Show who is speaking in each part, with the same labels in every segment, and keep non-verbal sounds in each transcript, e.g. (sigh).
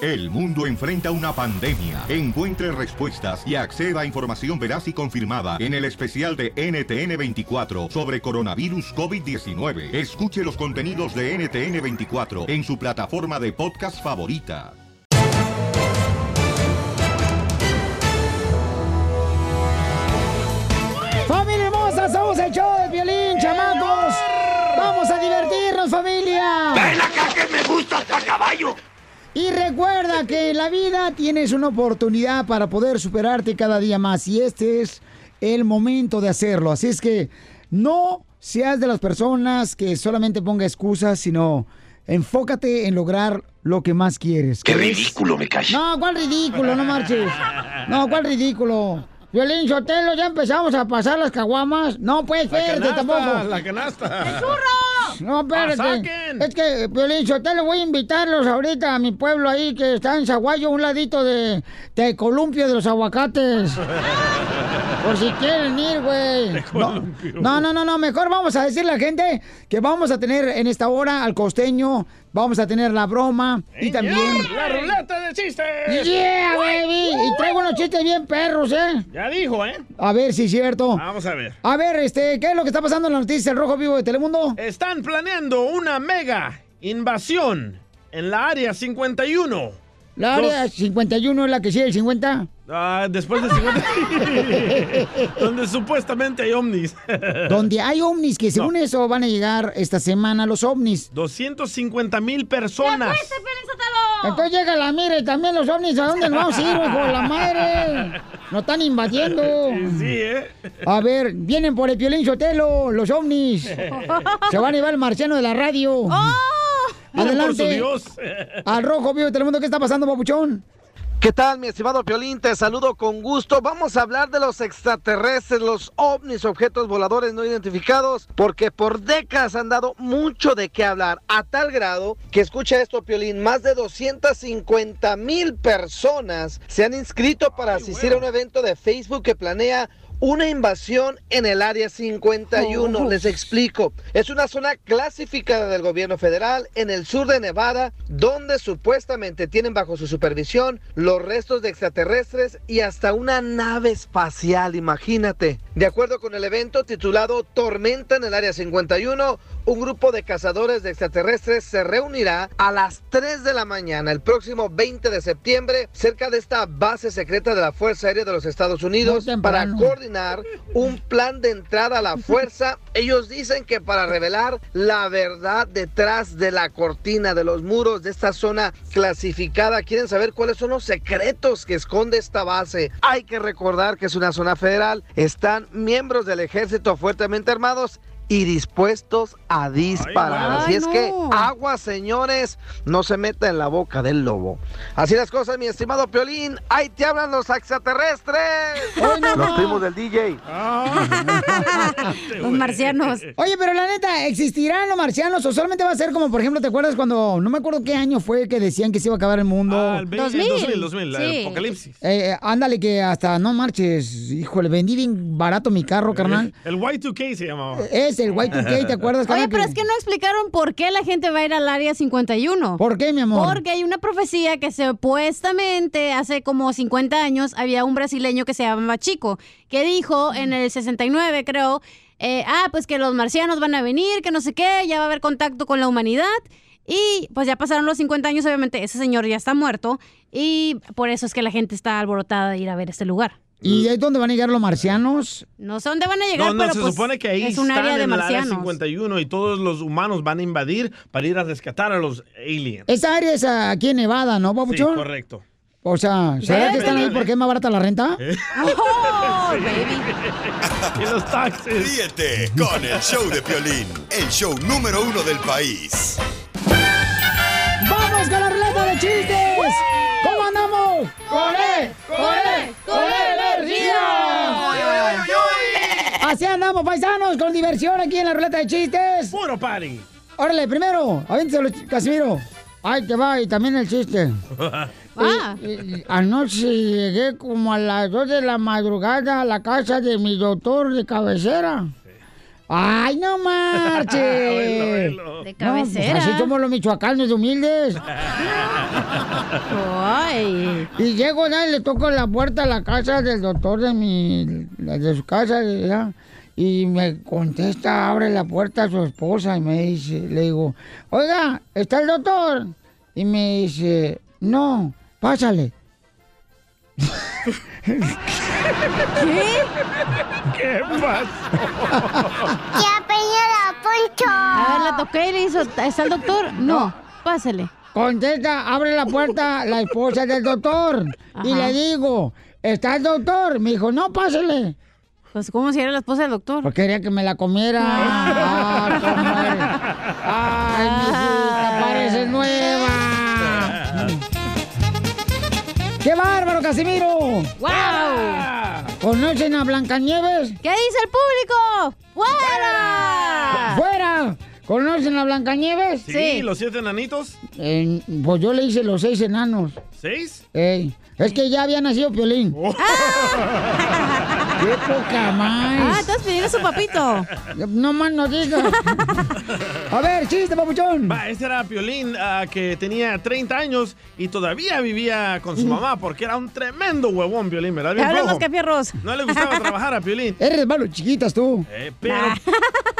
Speaker 1: El mundo enfrenta una pandemia. Encuentre respuestas y acceda a información veraz y confirmada en el especial de NTN24 sobre coronavirus COVID-19. Escuche los contenidos de NTN24 en su plataforma de podcast favorita.
Speaker 2: ¡Familia hermosa! ¡Somos el show de violín, chamacos! ¡Vamos a divertirnos, familia!
Speaker 3: ¡Ven acá que me gusta hasta caballo!
Speaker 2: Y recuerda que en la vida tienes una oportunidad para poder superarte cada día más. Y este es el momento de hacerlo. Así es que no seas de las personas que solamente ponga excusas, sino enfócate en lograr lo que más quieres.
Speaker 3: ¡Qué
Speaker 2: que es-
Speaker 3: ridículo me
Speaker 4: (laughs)
Speaker 3: cae!
Speaker 2: No, ¿cuál ridículo? No marches. No, ¿cuál ridículo? Violín Sotelo, ya empezamos a pasar las caguamas. No, pues, espérate tampoco.
Speaker 4: La canasta.
Speaker 2: No, espérate.
Speaker 4: ¡Saquen!
Speaker 2: Es que, Piolín Sotelo, voy a invitarlos ahorita a mi pueblo ahí que está en Zaguayo, un ladito de, de columpio de los aguacates. Por si quieren ir, güey. No,
Speaker 3: columpio.
Speaker 2: no, no, no, no, mejor vamos a decirle a la gente que vamos a tener en esta hora al costeño, vamos a tener la broma y también...
Speaker 4: Ah, ¡La ruleta de chistes!
Speaker 2: ¡Yeah, baby! Y traigo unos chistes bien perros, ¿eh?
Speaker 4: Ya dijo, ¿eh?
Speaker 2: A ver si es cierto.
Speaker 4: Vamos a ver.
Speaker 2: A ver, este, ¿qué es lo que está pasando en la noticia El Rojo Vivo de Telemundo?
Speaker 4: Están planeando una mega invasión en la área 51.
Speaker 2: La área
Speaker 4: Los-
Speaker 2: 51 es la que sigue el 50.
Speaker 4: Ah, después de
Speaker 2: (laughs)
Speaker 4: 50. donde supuestamente hay ovnis.
Speaker 2: Donde hay ovnis, que según eso van a llegar esta semana los ovnis.
Speaker 4: 250 mil personas.
Speaker 2: Entonces llega la mira y también los ovnis, ¿a dónde nos vamos a ir, hijo de la
Speaker 4: (laughs)
Speaker 2: madre? Nos están invadiendo.
Speaker 4: Sí, ¿eh?
Speaker 2: A ver, vienen por el Piolín Sotelo, los
Speaker 4: (laughs)
Speaker 2: ovnis. Se van a llevar el marciano de la radio.
Speaker 4: Oh.
Speaker 3: Vienen por su
Speaker 2: Adelante.
Speaker 3: Dios.
Speaker 2: Al Rojo Vivo de Telemundo, ¿qué está pasando, papuchón?
Speaker 5: ¿Qué tal, mi estimado Piolín? Te saludo con gusto. Vamos a hablar de los extraterrestres, los ovnis, objetos voladores no identificados, porque por décadas han dado mucho de qué hablar, a tal grado que, escucha esto, Piolín, más de 250 mil personas se han inscrito para asistir a un evento de Facebook que planea una invasión en el Área 51.
Speaker 6: Oh.
Speaker 5: Les explico. Es una zona clasificada del gobierno federal en el sur de Nevada, donde supuestamente tienen bajo su supervisión los restos de extraterrestres y hasta una nave espacial, imagínate. De acuerdo con el evento titulado Tormenta en el Área 51, un grupo de cazadores de extraterrestres se reunirá a las 3 de la mañana el próximo 20 de septiembre cerca de esta base secreta de la Fuerza Aérea de los Estados Unidos para
Speaker 2: temprano.
Speaker 7: (laughs)
Speaker 5: coordinar coordinar un plan de entrada a la fuerza. Ellos dicen que para revelar la verdad detrás de la cortina, de los muros de esta zona clasificada, quieren saber cuáles son los secretos que esconde esta base. Hay que recordar que es una zona federal. Están miembros del ejército fuertemente armados. Y dispuestos a disparar.
Speaker 3: Ay,
Speaker 5: Así es que
Speaker 3: no.
Speaker 5: agua, señores, no se meta en la boca del lobo. Así las cosas, mi estimado Piolín. Ahí te hablan los extraterrestres. Los primos del DJ.
Speaker 2: Ah.
Speaker 5: (laughs)
Speaker 2: Los marcianos. Oye, pero la neta, ¿existirán los marcianos o solamente va a ser como, por ejemplo, ¿te acuerdas cuando, no me acuerdo qué año fue que decían que se iba a acabar el mundo?
Speaker 4: Ah, el veinte- 2000, 2000, 2000, el Sí. apocalipsis.
Speaker 2: Eh, eh, ándale, que hasta no marches. Híjole, vendí bien barato mi carro,
Speaker 4: Eh.
Speaker 2: carnal.
Speaker 4: El Y2K se llamaba.
Speaker 2: Es el
Speaker 4: (laughs)
Speaker 2: Y2K, ¿te acuerdas?
Speaker 8: Oye,
Speaker 2: carnal,
Speaker 8: pero
Speaker 2: que-
Speaker 8: es que no explicaron por qué la gente va a ir al área 51.
Speaker 2: ¿Por qué, mi amor?
Speaker 8: Porque hay una profecía que supuestamente hace como 50 años había un brasileño que se llamaba Chico, que dijo en el 69, creo, eh, ah, pues que los marcianos van a venir, que no sé qué, ya va a haber contacto con la humanidad. Y pues ya pasaron los 50 años, obviamente ese señor ya está muerto y por eso es que la gente está alborotada de ir a ver este lugar.
Speaker 2: ¿Y es donde van a llegar los marcianos?
Speaker 8: No sé dónde van a llegar,
Speaker 4: no, no,
Speaker 8: pero
Speaker 4: se
Speaker 8: pues,
Speaker 4: supone que ahí
Speaker 8: es un
Speaker 4: están
Speaker 8: área de
Speaker 4: en el área
Speaker 8: marcianos.
Speaker 4: 51 y todos los humanos van a invadir para ir a rescatar a los aliens.
Speaker 2: Esa área es aquí en Nevada, ¿no,
Speaker 4: Sí,
Speaker 2: papuchón?
Speaker 4: correcto.
Speaker 2: O sea, ¿será
Speaker 4: Ve,
Speaker 2: que están ahí
Speaker 4: ve, ve.
Speaker 2: porque es más barata la renta?
Speaker 4: Eh. Sí. Y los taxes.
Speaker 9: Ríete con el show de Piolín, el show número uno del país.
Speaker 2: ¡Vamos con la ruleta de chistes! ¿Cómo andamos? ¡Corre, corre, corre energía! Así andamos, paisanos, con diversión aquí en la ruleta de chistes.
Speaker 4: ¡Puro party!
Speaker 2: Órale, primero, avéntalo, Casimiro. Ahí te va, y también el chiste. Y- y- anoche llegué como a las 2 de la madrugada a la casa de mi doctor de cabecera. ¡Ay, no marche!
Speaker 3: Velo, velo. De
Speaker 8: cabecera.
Speaker 2: así somos los michoacanos humildes. Y llego, ¿no? y le toco la puerta a la casa del doctor de mi. de su casa, ¿ya? Y me contesta, abre la puerta a su esposa y me dice, le digo, oiga, ¿está el doctor? Y me dice, no, pásale.
Speaker 3: ¿Qué? ¿Qué pasó?
Speaker 8: ¡Ya Peña Poncho! A ver, la toqué y le hizo. ¿Está el doctor? No, pásale.
Speaker 2: Contesta, abre la puerta la esposa del doctor. Y
Speaker 8: Ajá.
Speaker 2: le digo, ¿está el doctor? Me dijo, no, pásale.
Speaker 8: Pues, ¿cómo si era la esposa del doctor?
Speaker 2: Porque quería que me la comiera. Ah, comadre. Ay,
Speaker 8: Ah.
Speaker 2: mijita, parece nueva. ¡Qué bárbaro, Casimiro!
Speaker 8: ¡Wow!
Speaker 2: ¿Conocen a Blancanieves?
Speaker 8: ¿Qué dice el público? ¡Fuera!
Speaker 2: ¡Fuera! ¿Conocen a Blancanieves?
Speaker 4: Sí, los siete enanitos.
Speaker 2: Eh, pues yo le hice los seis enanos.
Speaker 4: ¿Seis?
Speaker 2: Ey, es que ya había nacido Piolín.
Speaker 4: Oh.
Speaker 2: ¡Qué poca más!
Speaker 8: Ah, entonces pidiendo su papito.
Speaker 2: No más no digas. A ver, chiste, papuchón.
Speaker 4: Va, este era Piolín ah, que tenía 30 años y todavía vivía con su mamá porque era un tremendo huevón, Piolín, ¿verdad? Bien
Speaker 8: Habla
Speaker 4: flojo.
Speaker 8: más Mm. que fierros.
Speaker 4: No
Speaker 8: (laughs)
Speaker 4: le gustaba trabajar a Piolín.
Speaker 2: Eres malo, chiquitas tú.
Speaker 4: Eh, pero,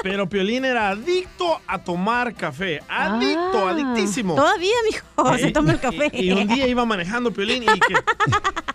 Speaker 4: pero Piolín era adicto a tomar café. Adicto,
Speaker 8: Ah,
Speaker 4: adictísimo.
Speaker 8: Todavía, mijo, se
Speaker 4: Eh,
Speaker 8: toma el
Speaker 4: y-
Speaker 8: café.
Speaker 4: Y, un día iba manejando Piolín
Speaker 8: (laughs)
Speaker 4: y que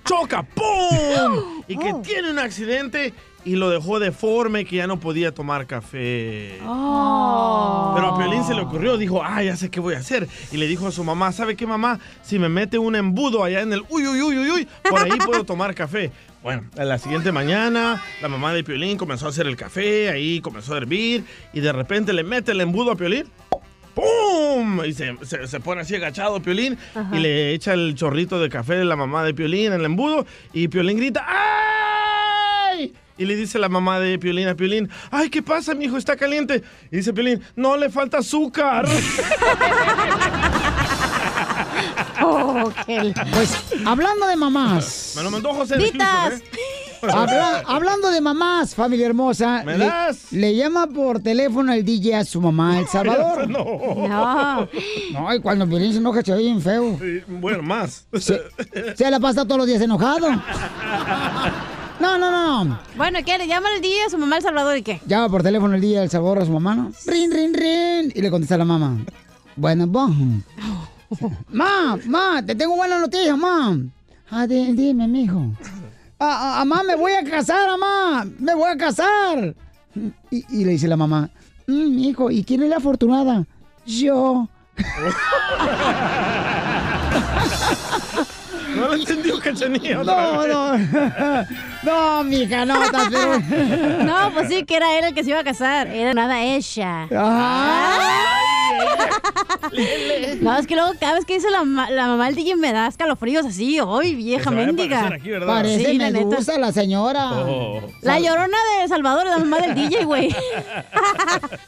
Speaker 4: choca,
Speaker 8: Oh.
Speaker 4: ¡pum! Y que tiene un accidente y lo dejó deforme que ya no podía tomar café. Pero a Piolín se le ocurrió, dijo, ah, ya sé qué voy a hacer. Y le dijo a su mamá, ¿sabe qué mamá? Si me mete un embudo allá en el uy, uy, uy, uy, uy, por ahí puedo tomar café. Bueno, a la siguiente mañana, la mamá de Piolín comenzó a hacer el café, ahí comenzó a hervir, y de repente le mete el embudo a Piolín. ¡Pum! Y se, se- se pone así agachado Piolín
Speaker 6: Ajá.
Speaker 4: y le echa el chorrito de café de la mamá de Piolín en el embudo y Piolín grita ¡Ay! Y le dice la mamá de Piolín a Piolín ¡Ay, qué pasa, mi hijo! Está caliente. Y dice Piolín, no le falta azúcar.
Speaker 2: Pues hablando de mamás.
Speaker 4: Me lo mandó José. de
Speaker 2: ¡Vitas!
Speaker 4: Houston, ¿eh?
Speaker 2: Habla- hablando de mamás, familia hermosa,
Speaker 4: ¿Me
Speaker 2: le,
Speaker 4: das?
Speaker 2: le llama por teléfono el DJ a su mamá, El Salvador.
Speaker 4: No.
Speaker 2: no. y cuando Piolín se enoja se oye bien feo.
Speaker 4: Eh, Bueno, más.
Speaker 2: Se la pasa todos los días enojado. No, no, no.
Speaker 8: Bueno, ¿qué? Le llama el día a su mamá El Salvador y qué.
Speaker 2: Llama por teléfono el día El Salvador a su mamá, ¿no? Rin, rin, rin. Y le contesta la mamá. Bueno,
Speaker 8: (laughs)
Speaker 2: bon. Ma, ma, te tengo buena noticia, ma. Ah, di- dime, mijo. Ah, ah, ah, ma, me voy a casar, mamá. Me voy a casar. Y, y le dice la mamá. "Mm, hijo, ¿y quién es la afortunada? Yo.
Speaker 4: No lo entendió Cachanilla. otra
Speaker 2: No,
Speaker 4: vez.
Speaker 2: no. (laughs) No, mija, no,
Speaker 8: (laughs)
Speaker 2: estás pero-
Speaker 8: No, pues sí, que era él el que se iba a casar. Era nada ella. No, es que luego cada vez que dice la, ma- la mamá del DJ me da escalofríos así. ¡Ay, vieja
Speaker 2: se vaya a
Speaker 8: mendiga!
Speaker 2: aparecer aquí, ¿verdad? Parece
Speaker 8: Sí, la neta.
Speaker 2: Medusa la
Speaker 4: Oh.
Speaker 2: señora.
Speaker 8: La llorona de El Salvador es la mamá del DJ, güey.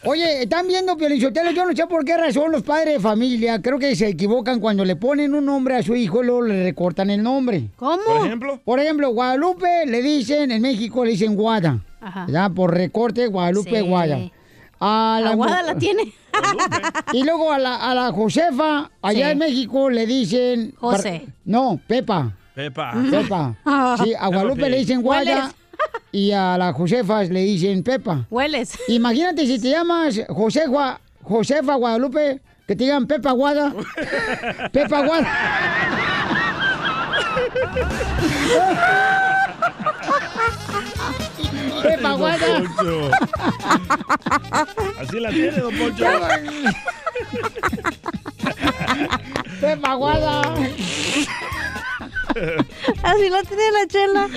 Speaker 2: Oye, están viendo Piolichotelo, yo no sé por qué razón los padres de familia creo que se equivocan cuando le ponen un nombre a su hijo y luego le recortan el nombre.
Speaker 8: ¿Cómo?
Speaker 4: ¿Por ejemplo?
Speaker 2: Por ejemplo, Guadalupe le dicen, en México le dicen Guada.
Speaker 8: Ajá.
Speaker 2: Ya, por recorte, Guadalupe
Speaker 8: Sí.
Speaker 2: Guada. A
Speaker 8: La guada la tiene.
Speaker 2: Y luego a la, a la Josefa, allá
Speaker 8: Sí.
Speaker 2: en México le dicen...
Speaker 8: José.
Speaker 2: No, Pepa.
Speaker 4: Pepa.
Speaker 2: Pepa. Sí,
Speaker 4: Ah.
Speaker 2: a Guadalupe le dicen Guaya
Speaker 8: Hueles.
Speaker 2: y a la Josefa le dicen Pepa.
Speaker 8: Hueles.
Speaker 2: Imagínate si te llamas José Gua- Josefa Guadalupe, que te digan Pepa
Speaker 4: (laughs)
Speaker 2: Guada. Pepa Guada. (laughs) Pepa
Speaker 4: Don
Speaker 2: Guada.
Speaker 4: Poncho. Así la tiene, don Poncho.
Speaker 2: Pepa Guada.
Speaker 8: Así la tiene la
Speaker 2: chela.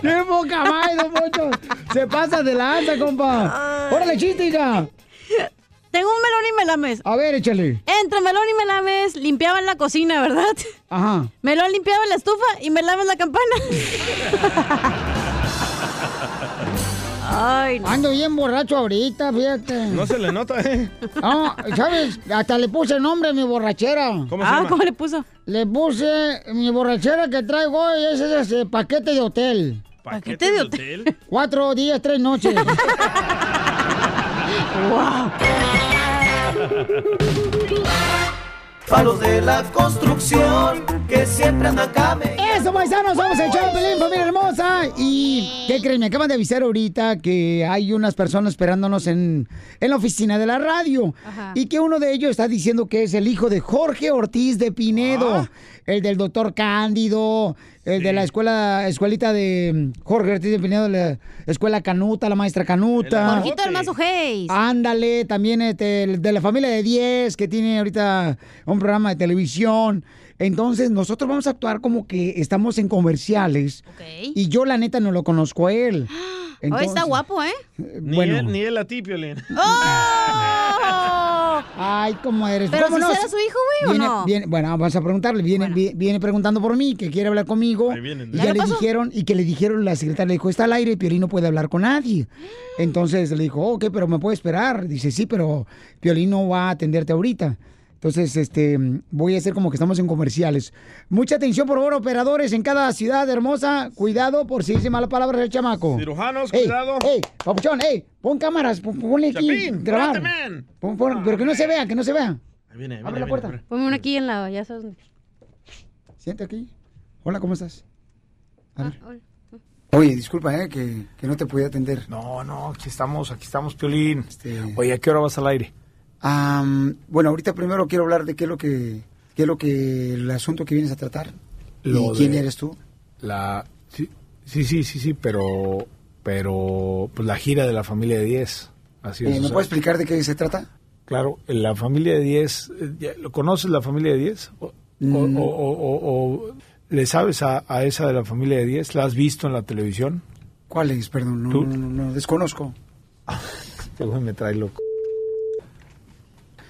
Speaker 2: ¡Qué boca más, don Poncho! (laughs) Se pasa de la alta, compa. ¡Órale, chiste, hija!
Speaker 8: Tengo un melón y melames.
Speaker 2: A ver, échale.
Speaker 8: Entre melón y melames limpiaban la cocina, ¿verdad? (laughs)
Speaker 2: Ajá.
Speaker 8: Melón limpiaba la estufa y melames la campana.
Speaker 2: Ah,
Speaker 8: Ay,
Speaker 2: Ando bien borracho ahorita, fíjate.
Speaker 4: No se le nota, ¿eh?
Speaker 2: Ah, ¿sabes? Hasta le puse nombre a mi borrachera.
Speaker 4: ¿Cómo se Ah, llama? ¿cómo
Speaker 8: le puso?
Speaker 2: Le puse mi borrachera que traigo hoy, es ese, ese paquete de hotel. ¿Paquete de hotel?
Speaker 3: Cuatro días, tres noches.
Speaker 7: Palos de la construcción que siempre andan came.
Speaker 3: Eso, paisanos, somos el show de Pelín, familia hermosa. ¿Y qué creen? Me acaban de avisar ahorita que hay unas personas esperándonos en, en la oficina de la radio.
Speaker 7: Ajá.
Speaker 3: Y que uno de ellos está diciendo que es el hijo de Jorge Ortiz de Pinedo, el del doctor Cándido, el de la escuela, escuelita de mm, Jorge Ortiz de Pinedo, la escuela Canuta, la maestra Canuta.
Speaker 8: Jorgito el Mazo Hayes.
Speaker 3: Ándale, también este, el de la familia de 10 que tiene ahorita un programa de televisión. Entonces, nosotros vamos a actuar como que estamos en comerciales. Y yo, la neta, no lo conozco a él.
Speaker 8: (gasps) Oh,
Speaker 3: Entonces,
Speaker 8: está
Speaker 2: (laughs)
Speaker 8: guapo, ¿eh?
Speaker 3: eh,
Speaker 2: Ni,
Speaker 3: Bueno.
Speaker 2: él, ni él a ti, Piolín.
Speaker 3: Ay, cómo eres.
Speaker 8: ¡Oh! Pero
Speaker 3: ¿Cómo
Speaker 8: si
Speaker 3: no?
Speaker 8: será su hijo, güey,
Speaker 3: Viene-
Speaker 8: o no.
Speaker 3: viene- bueno, vas a preguntarle. Viene, vi- viene, preguntando por mí, que quiere hablar conmigo.
Speaker 7: vienen,
Speaker 3: y
Speaker 7: ¿Ya
Speaker 3: ya
Speaker 7: lo
Speaker 3: le
Speaker 7: pasó?
Speaker 3: dijeron, y que le dijeron, la secretaria le dijo, está al aire, Piolín no puede hablar con nadie. Entonces le dijo, ok, pero me puede esperar. Dice, sí, pero Piolín no va a atenderte ahorita. Entonces, este, voy a hacer como que estamos en comerciales. Mucha atención, por favor, operadores en cada ciudad hermosa. Cuidado por si dice mala palabra el chamaco.
Speaker 2: Cirujanos,
Speaker 3: Ey,
Speaker 2: cuidado.
Speaker 3: ¡Ey, papuchón, ey! Pon cámaras, pon- ponle aquí,
Speaker 8: Chapín,
Speaker 3: grabar.
Speaker 8: espérate, man.
Speaker 3: Pon- pon- pero que no se vea, que no se vea.
Speaker 2: Ahí viene, ahí
Speaker 3: Abre
Speaker 2: viene,
Speaker 3: la
Speaker 2: ahí
Speaker 3: puerta.
Speaker 8: Ponme uno aquí en la... Ya sabes dónde.
Speaker 3: Siente aquí. Hola, ¿cómo estás?
Speaker 8: Ah, hola.
Speaker 3: Oye, disculpa, ¿eh? Que, que no te pude atender. Este,
Speaker 6: No, no, aquí estamos, aquí estamos, Piolín. Oye, ¿a qué hora vas al aire?
Speaker 3: bueno, ahorita primero quiero hablar de qué es lo que, qué es lo que, el asunto que vienes a tratar.
Speaker 6: Lo
Speaker 3: ¿Y quién
Speaker 6: de-
Speaker 3: eres tú?
Speaker 6: La... Sí, sí, sí, sí, sí, pero... Pero... Pues la gira de la familia de 10. Así
Speaker 3: Eh,
Speaker 6: es.
Speaker 3: ¿Me
Speaker 6: o sea,
Speaker 3: puedes explicar de qué se trata?
Speaker 6: Claro, la familia de 10... eh, ya- ¿Lo conoces, la familia de 10? O, o-
Speaker 3: Mm.
Speaker 6: o- o- o- o- ¿Le sabes a, a esa de la familia de 10? ¿La has visto en la televisión?
Speaker 3: ¿Cuál es? Perdón, no,
Speaker 6: ¿Tú?
Speaker 3: no, no, no,
Speaker 6: (laughs)
Speaker 3: desconozco.
Speaker 6: Este güey me trae loco.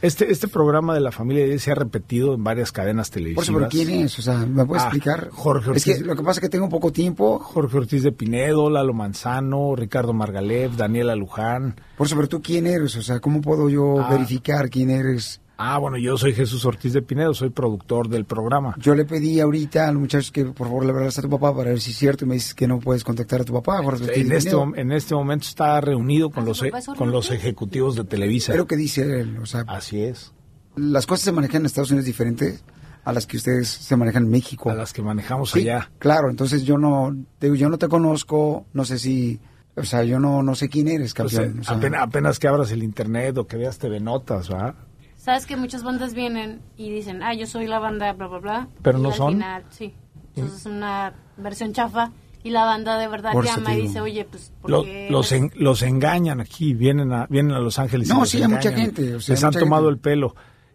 Speaker 6: Este, este programa de la familia de 10 se ha repetido en varias cadenas
Speaker 3: Por
Speaker 6: televisivas.
Speaker 3: eso, pero ¿quién es? O sea, ¿me puedes
Speaker 6: Ah,
Speaker 3: explicar?
Speaker 6: Jorge
Speaker 3: Es
Speaker 6: Ortiz.
Speaker 3: que lo que pasa es que tengo poco tiempo.
Speaker 6: Jorge Ortiz de Pinedo, Lalo Manzano, Ricardo Margalef, Daniela Luján.
Speaker 3: Por eso, pero ¿tú quién eres? O sea, ¿cómo puedo yo
Speaker 6: Ah.
Speaker 3: verificar quién eres?
Speaker 6: Ah, bueno, yo soy Jesús Ortiz de Pinedo, soy productor del programa.
Speaker 3: Yo le pedí ahorita al muchacho que por favor le hablaras a tu papá para ver si es cierto y me dices que no puedes contactar a tu papá. Jorge Ortiz
Speaker 6: En
Speaker 3: de
Speaker 6: este,
Speaker 3: Pinedo.
Speaker 6: mom- en este momento está reunido con los, e-
Speaker 3: papá es Jorge
Speaker 6: con los ejecutivos de Televisa.
Speaker 3: Pero que dice él, o sea.
Speaker 6: Así es.
Speaker 3: Las cosas se manejan en Estados Unidos diferentes a las que ustedes se manejan en México. A las
Speaker 6: que manejamos
Speaker 3: allá. Claro, entonces yo no, te digo, yo no te conozco, no sé si, o sea, yo no, no sé quién eres,
Speaker 6: Pues,
Speaker 3: campeón.
Speaker 6: eh,
Speaker 3: o sea.
Speaker 6: apenas, apenas que abras el internet o que veas TV Notas, ¿verdad?
Speaker 8: Sabes que muchas bandas vienen y dicen, ah, yo soy la banda, bla, bla, bla.
Speaker 6: Pero
Speaker 8: Y
Speaker 6: no
Speaker 8: al
Speaker 6: son.
Speaker 8: final, sí. Entonces es una versión chafa y la banda de verdad
Speaker 6: Por eso
Speaker 8: llama
Speaker 6: te
Speaker 8: y
Speaker 6: digo.
Speaker 8: dice, oye, pues, ¿por
Speaker 6: Lo-
Speaker 8: qué?
Speaker 6: los, en- los engañan aquí, vienen a, vienen a Los Ángeles. y
Speaker 3: No,
Speaker 6: los
Speaker 3: sí, a mucha
Speaker 6: engañan.
Speaker 3: gente, o sea,
Speaker 6: Les
Speaker 3: a
Speaker 6: han
Speaker 3: mucha
Speaker 6: tomado
Speaker 3: gente.
Speaker 6: el pelo.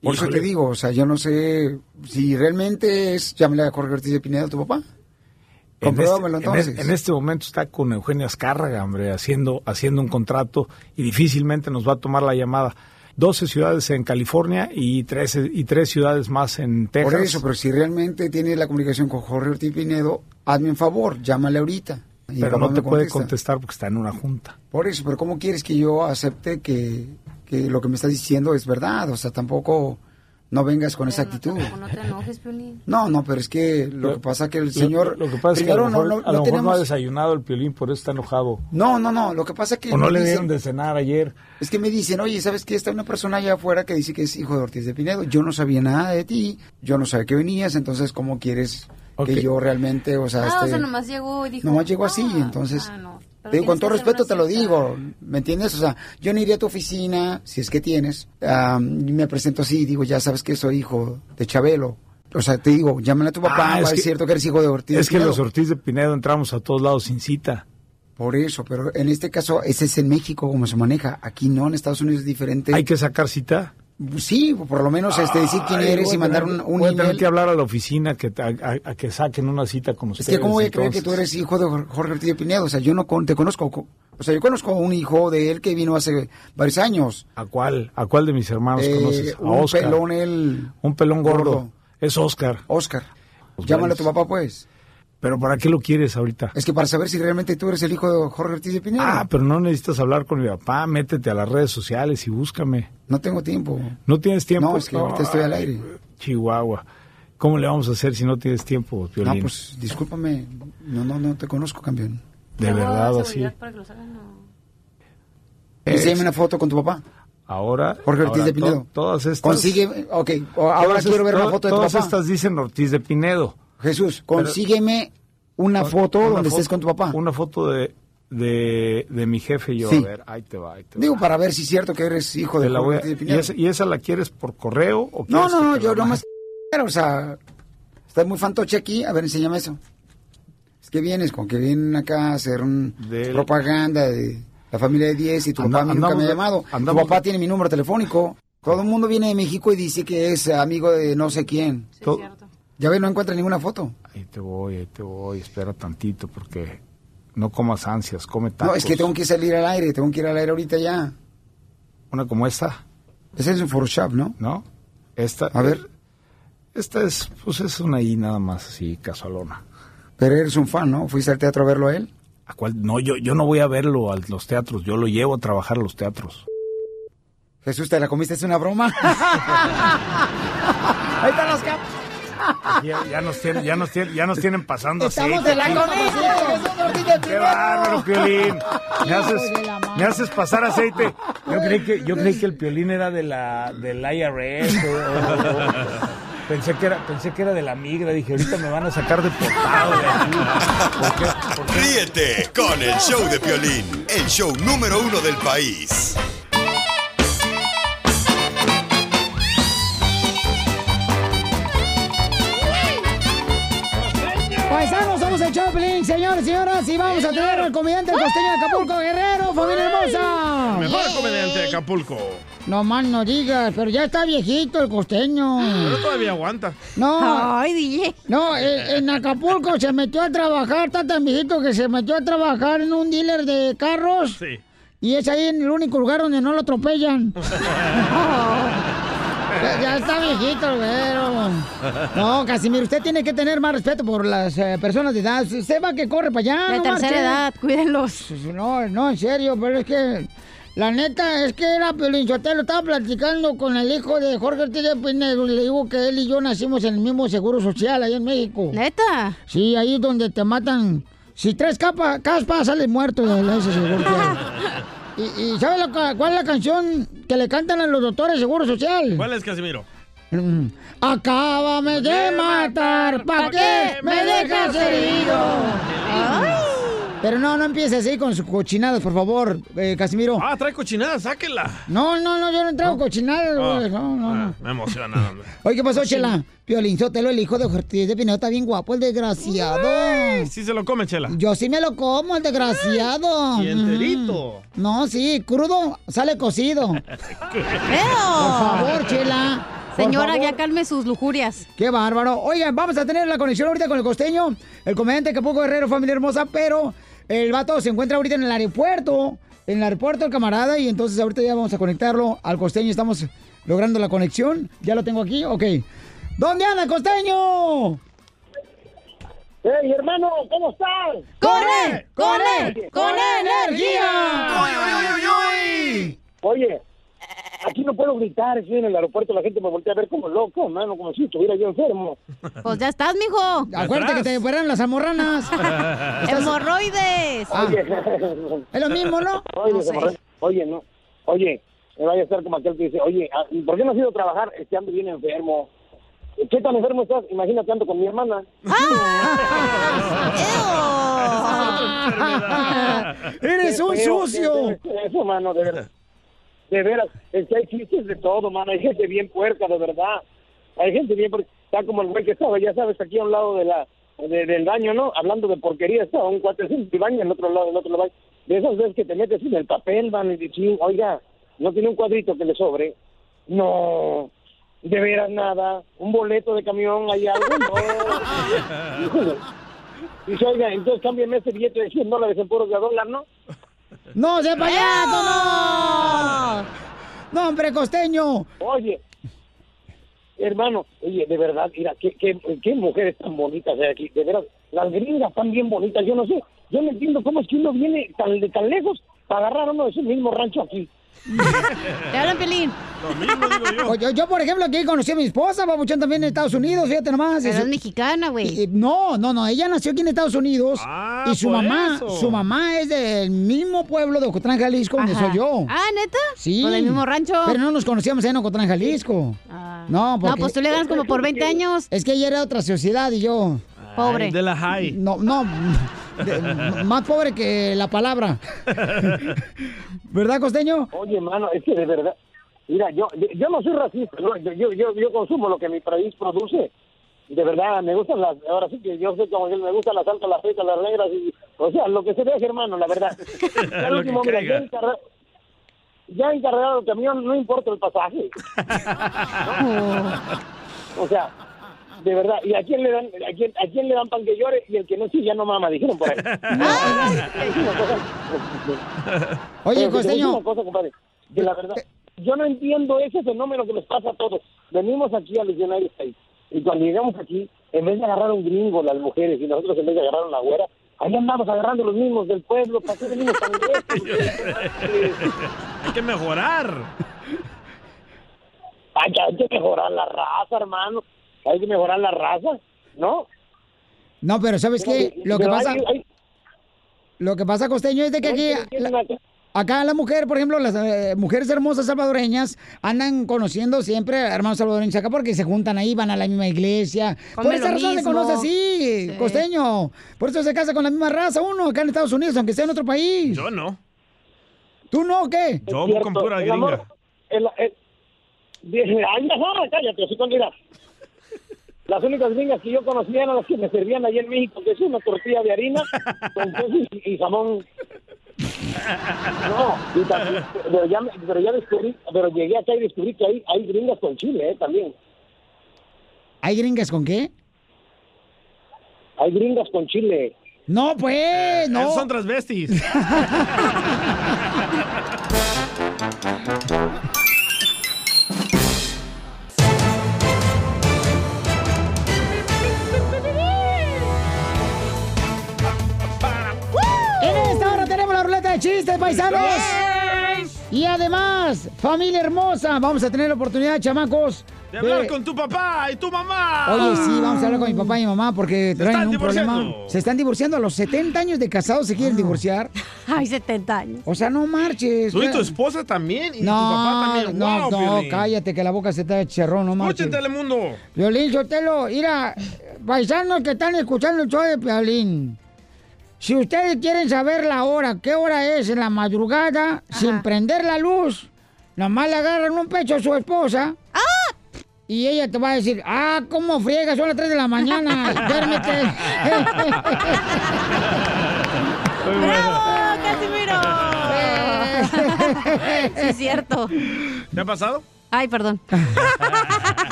Speaker 3: Por eso
Speaker 6: Híjole.
Speaker 3: te digo, o sea, yo no sé si realmente es, llámale a Jorge Ortiz de Pineda, tu papá.
Speaker 6: En este,
Speaker 3: Compruébamelo
Speaker 6: en es-
Speaker 3: entonces.
Speaker 6: en este momento está con Eugenio Azcárraga, hombre, haciendo, haciendo un contrato y difícilmente nos va a tomar la llamada. 12 ciudades en California y 13 y tres ciudades más en Texas.
Speaker 3: Por eso, pero si realmente tiene la comunicación con Jorge Ortiz Pinedo, hazme un favor, llámale ahorita. Y
Speaker 6: Pero
Speaker 3: papá
Speaker 6: no
Speaker 3: me
Speaker 6: te puede
Speaker 3: contesta.
Speaker 6: contestar porque está en una junta.
Speaker 3: Por eso, pero ¿cómo quieres que yo acepte que, que lo que me estás diciendo es verdad? O sea, tampoco no vengas con esa actitud.
Speaker 8: No te enojes, Piolín.
Speaker 3: No, no, pero es que lo,
Speaker 6: Lo-
Speaker 3: que pasa que el
Speaker 6: Lo-
Speaker 3: señor...
Speaker 6: lo, que pasa es que a lo
Speaker 3: primero,
Speaker 6: mejor,
Speaker 3: no,
Speaker 6: a lo mejor
Speaker 3: no, no
Speaker 6: no ha
Speaker 3: tenemos...
Speaker 6: desayunado el piolín, por eso está enojado.
Speaker 3: No, no, no, lo que pasa que...
Speaker 6: O no
Speaker 3: me
Speaker 6: le
Speaker 3: dicen-
Speaker 6: dieron de cenar ayer.
Speaker 3: Es que me dicen, oye, ¿sabes qué? Está una persona allá afuera que dice que es hijo de Ortiz de Pinedo. Yo no sabía nada de ti, yo no sabía que venías, entonces, ¿cómo quieres que yo realmente, o sea,
Speaker 8: Ah, o
Speaker 3: esté-
Speaker 8: sea, nomás llegó y dijo... ah,
Speaker 3: Nomás llegó así, entonces. te
Speaker 8: pero
Speaker 3: digo, con
Speaker 8: tienes
Speaker 3: todo
Speaker 8: que hacer
Speaker 3: respeto
Speaker 8: una
Speaker 3: te lo
Speaker 8: cita.
Speaker 3: digo, ¿me entiendes? O sea, yo no iría a tu oficina, si es que tienes, ah, y me presento así, digo, ya sabes que soy hijo de Chabelo. O sea, te digo, llámale a tu papá,
Speaker 6: Ah,
Speaker 3: va
Speaker 6: es
Speaker 3: a
Speaker 6: que-
Speaker 3: decir cierto que eres hijo de
Speaker 2: (laughs)
Speaker 3: Ortiz.
Speaker 6: es que
Speaker 3: Pinedo.
Speaker 6: los Ortiz de Pinedo entramos a todos lados sin cita.
Speaker 3: Por eso, pero en este caso, ese es en México como se maneja. Aquí no, en Estados Unidos es diferente.
Speaker 6: Hay que sacar cita.
Speaker 3: Sí, por lo menos este, decir quién
Speaker 6: Ay,
Speaker 3: eres
Speaker 6: voy
Speaker 3: y
Speaker 6: a
Speaker 3: mandar un,
Speaker 6: tener-
Speaker 3: un
Speaker 6: voy a tener
Speaker 3: email.
Speaker 6: que hablar a la oficina que, a, a- a que saquen una cita con
Speaker 3: Es
Speaker 6: ustedes.
Speaker 3: que, ¿cómo voy a creer que
Speaker 6: entonces.
Speaker 3: tú eres hijo de Jor- Jorge Ortiz de Pinedo? O sea, yo no con- te conozco. co- O sea, yo conozco a un hijo de él que vino hace varios años.
Speaker 6: ¿A cuál? ¿A cuál de mis hermanos
Speaker 3: Eh,
Speaker 6: conoces? A
Speaker 3: un
Speaker 6: Oscar.
Speaker 3: pelón, él.
Speaker 6: Un pelón gordo.
Speaker 3: gordo.
Speaker 6: Es Oscar.
Speaker 3: Oscar. Llámalo a tu papá, pues.
Speaker 6: Pero ¿para qué lo quieres ahorita?
Speaker 3: Es que para saber si realmente tú eres el hijo de Jorge Ortiz de Pinedo.
Speaker 6: Ah, pero no necesitas hablar con mi papá. Métete a las redes sociales y búscame.
Speaker 3: No tengo tiempo.
Speaker 6: ¿No tienes tiempo?
Speaker 3: No, es que ahorita estoy al aire.
Speaker 6: Chihuahua. ¿Cómo le vamos a hacer si no tienes tiempo, Piolín?
Speaker 3: No, pues, discúlpame. No, no, no te conozco, campeón.
Speaker 6: De verdad, así.
Speaker 3: Eh,
Speaker 2: Enséñame una foto con tu papá.
Speaker 6: Ahora,
Speaker 2: Jorge Ortiz
Speaker 6: ahora,
Speaker 2: de
Speaker 6: to-
Speaker 2: Pinedo.
Speaker 6: todas estas.
Speaker 2: Consigue, ok, o- ahora
Speaker 6: todas
Speaker 2: quiero ver
Speaker 6: est-
Speaker 2: una foto de tu
Speaker 6: Todas
Speaker 2: papá.
Speaker 6: estas dicen Ortiz de Pinedo.
Speaker 2: Jesús, consígueme una foto
Speaker 6: Una
Speaker 2: donde
Speaker 6: foto-
Speaker 2: estés con tu papá.
Speaker 6: Una foto de, de, de mi jefe y yo.
Speaker 2: Sí.
Speaker 6: A ver, ahí te va, ahí te va.
Speaker 2: Digo, para ver si es cierto que eres hijo de
Speaker 6: Te la voy
Speaker 2: Jorge
Speaker 6: a-
Speaker 2: Ortiz de
Speaker 6: ¿Y,
Speaker 2: Pinedo.
Speaker 6: esa, y esa la quieres por correo o
Speaker 2: No,
Speaker 6: quieres
Speaker 2: no,
Speaker 6: que
Speaker 2: no,
Speaker 6: te la
Speaker 2: yo
Speaker 6: mande?
Speaker 2: nomás. Pero, o sea, estás muy fantoche aquí. A ver, enséñame eso. Es que vienes con que vienen acá a hacer un-
Speaker 6: Del-
Speaker 2: propaganda de la familia de 10 y tu
Speaker 6: Anda-
Speaker 2: papá a mí nunca
Speaker 6: andamos
Speaker 2: me ha
Speaker 6: de-
Speaker 2: llamado. Tu
Speaker 6: andamos
Speaker 2: papá
Speaker 6: de-
Speaker 2: tiene mi número telefónico. Todo el mundo viene de México y dice que es amigo de no sé quién.
Speaker 6: To-
Speaker 2: Ya ves, no encuentra ninguna foto.
Speaker 6: Ahí te voy, ahí te voy, espera tantito porque no comas ansias, come tacos.
Speaker 2: No, es que tengo que salir al aire, tengo que ir al aire ahorita ya.
Speaker 6: Una como esta,
Speaker 2: Ese es un Photoshop, ¿no?
Speaker 6: ¿no? Esta.
Speaker 2: A ver.
Speaker 6: Esta es, pues es una ahí nada más así, casualona.
Speaker 2: Pero eres un fan, ¿no? Fuiste al teatro a verlo a él.
Speaker 6: ¿A cuál? No, yo, yo no voy a verlo a los teatros, yo lo llevo a trabajar a los teatros.
Speaker 2: Jesús, ¿te la comiste? ¿Es una broma? Ahí están los
Speaker 4: (laughs)
Speaker 2: campos.
Speaker 6: (laughs) Ya, ya nos tienen, ya nos tienen, ya nos tienen pasando
Speaker 2: Estamos
Speaker 6: aceite,
Speaker 2: de la
Speaker 6: Piolín.
Speaker 2: comida. Jesús Ortiz de
Speaker 6: ¡Qué
Speaker 2: Pinedo.
Speaker 6: bárbaro, Piolín! Me
Speaker 2: Hijo
Speaker 6: haces,
Speaker 2: de la madre.
Speaker 6: me haces pasar aceite. Yo creí que, yo creí que el Piolín era de la, del IRS. o- o- o- pensé, que era, pensé que era de la migra. Dije, ahorita me van a sacar deportado de aquí. ¿Por qué? ¿Por qué?
Speaker 9: Ríete con el show de Piolín, el show número uno del país.
Speaker 2: Paisanos, somos el Choplin, señores, señoras, y vamos a tener al comediante costeño de Acapulco, Guerrero, familia hermosa.
Speaker 4: Mejor comediante de Acapulco.
Speaker 2: No más no digas, pero ya está viejito el costeño.
Speaker 4: Ah, Pero todavía aguanta.
Speaker 2: No,
Speaker 8: Ay, DJ.
Speaker 2: no, en en Acapulco se metió a trabajar, está tan viejito que se metió a trabajar en un dealer de carros.
Speaker 4: Sí.
Speaker 2: Y es ahí en el único lugar donde no lo atropellan. Ya, ya está viejito, güero. No, Casimiro, usted tiene que tener más respeto por las eh, personas de edad. Usted va que corre para allá.
Speaker 8: De
Speaker 2: no
Speaker 8: tercera
Speaker 2: marche.
Speaker 8: edad, cuídenlos.
Speaker 2: Pues, No, no, en serio, pero es que... La neta, es que era Piolín Sotelo, estaba platicando con el hijo de Jorge Ortiz de Pinedo, y le digo que él y yo nacimos en el mismo seguro social ahí en México.
Speaker 8: Neta.
Speaker 2: Sí, ahí es donde te matan. Si tres capas, caspas, sales muerto de ese seguro.
Speaker 8: (laughs)
Speaker 2: social. ¿Y, y sabes lo ca- cuál es la canción que le cantan a los doctores de seguro social?
Speaker 4: ¿Cuál es, Casimiro?
Speaker 2: Mm, Acábame de matar, ¿para qué me dejas herido? Pero no, no empieces así con sus cochinadas, por favor, eh, Casimiro.
Speaker 4: Ah, trae cochinada, sáquela.
Speaker 2: No, no, no, yo no traigo cochinadas, güey. No, no,
Speaker 4: Ah,
Speaker 2: no. (laughs)
Speaker 4: me emociona. hombre.
Speaker 2: Oye, ¿qué pasó, Chela? Piolín Sotelo, el hijo de Ortiz de Pinedo, está bien guapo, el desgraciado.
Speaker 4: Sí se lo come, Chela.
Speaker 2: Yo sí me lo como, el desgraciado.
Speaker 4: Y enterito.
Speaker 2: Mm. No, sí, crudo, sale (laughs) cocido. Por
Speaker 8: ¡Eo!
Speaker 2: favor, Chela. por
Speaker 8: Señora,
Speaker 2: favor.
Speaker 8: ya calme sus lujurias.
Speaker 2: Qué bárbaro. Oigan, vamos a tener la conexión ahorita con el costeño, el comediante Capuco Guerrero, familia hermosa, pero el vato se encuentra ahorita en el aeropuerto, en el aeropuerto el camarada, y entonces ahorita ya vamos a conectarlo al costeño. Estamos logrando la conexión. Ya lo tengo aquí, ok. ¿Dónde anda el costeño?
Speaker 10: ¡Hey, hermano! ¿Cómo estás?
Speaker 2: ¡Corre! ¡Corre! ¡Con energía!
Speaker 10: Oye, aquí no puedo gritar. Estoy en el aeropuerto, la gente me voltea a ver como loco, hermano, como si estuviera yo enfermo.
Speaker 8: Pues ya estás, mijo.
Speaker 2: Acuérdate que te operaron las
Speaker 8: (laughs)
Speaker 2: amorranas.
Speaker 8: Hemorroides.
Speaker 2: Ah,
Speaker 10: Oye,
Speaker 2: (laughs)
Speaker 8: (laughs)
Speaker 2: es lo mismo, ¿no?
Speaker 10: oye,
Speaker 8: No sé.
Speaker 10: camarada, oye, no. Oye, me vaya a estar como aquel que dice, oye, ah, ¿por qué no has ido a trabajar? Este ando bien enfermo. ¿Qué tan enfermo estás? Imagínate ando con mi hermana.
Speaker 2: Ah. (laughs) ¡Eres un
Speaker 10: Qué feo, qué feo
Speaker 2: sucio!
Speaker 10: es Eso, mano, de veras. De veras, es que hay chistes de todo, mano. Hay gente bien puerca, de verdad. Hay gente bien puerca. Está como el güey que estaba, ya sabes, aquí a un lado de la de- del baño, ¿no? Hablando de porquería, estaba un cuate en el baño, en otro lado, en otro baño. De esas veces que te metes en el papel, van y dices, oiga, no tiene un cuadrito que le sobre. No, de veras nada. Un boleto de camión, hay algo, no. Híjole. Dice, oiga, entonces cámbiame ese billete de 100 dólares en puros de a dólar, ¿no?
Speaker 2: ¡No, sea payaso, no! No, hombre, costeño.
Speaker 10: Oye, hermano, oye, de verdad, mira, qué, qué, qué mujeres tan bonitas hay aquí, de verdad, las gringas están bien bonitas, yo no sé, yo no entiendo cómo es que uno viene tan de tan lejos para agarrar uno de su mismo rancho aquí.
Speaker 8: Te hablan, Pelín.
Speaker 2: Yo, yo, por ejemplo, aquí conocí a mi esposa, babuchón, también en Estados Unidos, fíjate nomás.
Speaker 8: Pero
Speaker 2: Eso-
Speaker 8: es mexicana,
Speaker 2: Y-
Speaker 8: güey.
Speaker 2: y- No, no, no, ella nació aquí en Estados Unidos y su
Speaker 8: Ah, por
Speaker 2: mamá,
Speaker 8: eso.
Speaker 2: su mamá es del mismo pueblo de Ocotlán, Jalisco, donde
Speaker 8: Ajá.
Speaker 2: soy yo.
Speaker 8: Ah, ¿neta?
Speaker 2: Sí.
Speaker 8: Con el mismo rancho.
Speaker 2: Pero no nos conocíamos en Ocotlán, Jalisco. No, porque-
Speaker 8: No, pues tú le ganas como por 20 años.
Speaker 2: Es que ella era de otra sociedad y yo.
Speaker 8: Pobre. Ay, de
Speaker 4: la high.
Speaker 2: No, no. de- más pobre que la palabra. ¿Verdad, costeño?
Speaker 10: Oye, mano, es que de verdad, mira, yo, yo- yo no soy racista, ¿no? Yo, yo, yo, yo consumo lo que mi país produce. De verdad, me gustan las, ahora sí que yo sé como que me gustan las altas, las ricas, las negras, y, o sea, lo que se deje, hermano, la verdad. Ya al
Speaker 4: Lo
Speaker 10: último,
Speaker 4: que
Speaker 10: mira, ya,
Speaker 4: caiga.
Speaker 10: encarga- ya encargado el camión, no importa el pasaje. O sea, de verdad, ¿y a quién le dan, a quién, a quién le dan pan que llore? Y el que no sí ya no mama, dijeron por ahí. Es una cosa- Pero te voy a
Speaker 2: Oye,
Speaker 10: decir
Speaker 2: Costeño.
Speaker 10: una cosa, compadre, que la verdad, yo no entiendo ese fenómeno que nos pasa a todos. Venimos aquí a los United States y cuando llegamos aquí, en vez de agarrar un gringo las mujeres y nosotros en vez de agarrar una güera, ahí andamos agarrando los mismos del pueblo, para qué venimos tan lejos?
Speaker 4: (laughs) Hay que mejorar.
Speaker 10: Hay que- hay que mejorar la raza, hermano. Hay que mejorar la raza, ¿no?
Speaker 2: No, pero ¿sabes qué? Lo que
Speaker 10: Pero hay-
Speaker 2: pasa.
Speaker 10: hay-
Speaker 2: Lo que pasa, Costeño, es de que
Speaker 10: No,
Speaker 2: aquí,
Speaker 10: pero tiene
Speaker 2: la- acá la mujer, por ejemplo, las eh, mujeres hermosas salvadoreñas andan conociendo siempre a hermanos salvadoreños acá porque se juntan ahí, van a la misma iglesia. por Pues,
Speaker 8: Comen
Speaker 2: esa
Speaker 8: lo
Speaker 2: razón se
Speaker 8: mismo.
Speaker 2: conoce así,
Speaker 8: Sí.
Speaker 2: Costeño. Por eso se casa con la misma raza uno acá en Estados Unidos, aunque sea en otro país.
Speaker 4: Yo no.
Speaker 2: ¿Tú no o qué?
Speaker 4: Yo
Speaker 10: cierto,
Speaker 4: con pura
Speaker 10: el
Speaker 4: gringa.
Speaker 10: amor- el- el- dije, ay, no, cállate, así con mira. Las únicas gringas que yo conocía eran las que me servían allí en México, que es una tortilla de harina con queso y, y jamón. No, y también- pero, ya, me- pero ya descubrí, pero llegué acá y descubrí que hay, hay gringas con chile, eh, también.
Speaker 2: ¿Hay gringas con qué?
Speaker 10: Hay gringas con chile.
Speaker 2: No, pues, no.
Speaker 4: Eh, Esos
Speaker 2: (laughs)
Speaker 4: son transvestis.
Speaker 2: En esta hora tenemos la ruleta de chistes, paisanos. Y además, familia hermosa, vamos a tener la oportunidad, chamacos.
Speaker 4: De hablar
Speaker 2: de-
Speaker 4: con tu papá y tu mamá.
Speaker 2: Oye, sí, vamos a hablar con mi papá y mi mamá porque traen
Speaker 4: están
Speaker 2: un
Speaker 4: divorciando. Ah.
Speaker 2: problema. Se están divorciando a los 70 años de casados, se quieren divorciar.
Speaker 8: (laughs) Ay, 70 años.
Speaker 2: O sea, no marches.
Speaker 4: Tú y tu
Speaker 2: espera.
Speaker 4: esposa también y tu papá
Speaker 2: No,
Speaker 4: también.
Speaker 2: no,
Speaker 4: Wow,
Speaker 2: no,
Speaker 4: Piolín.
Speaker 2: cállate que la boca se está cherrón, no marches.
Speaker 4: Escuchen Telemundo.
Speaker 2: Violín Sotelo, mira, paisanos que están escuchando el show de Piolín. Si ustedes quieren saber la hora, qué hora es en la madrugada, sin prender la luz, nomás le agarran un pecho a su esposa. Y ella te va a decir, ah, cómo friega, son las 3 de la mañana, duérmete. (laughs)
Speaker 8: ¡Bravo, Casimiro! sí, es cierto.
Speaker 4: ¿Te ha pasado?
Speaker 2: (laughs)
Speaker 8: Ay, perdón.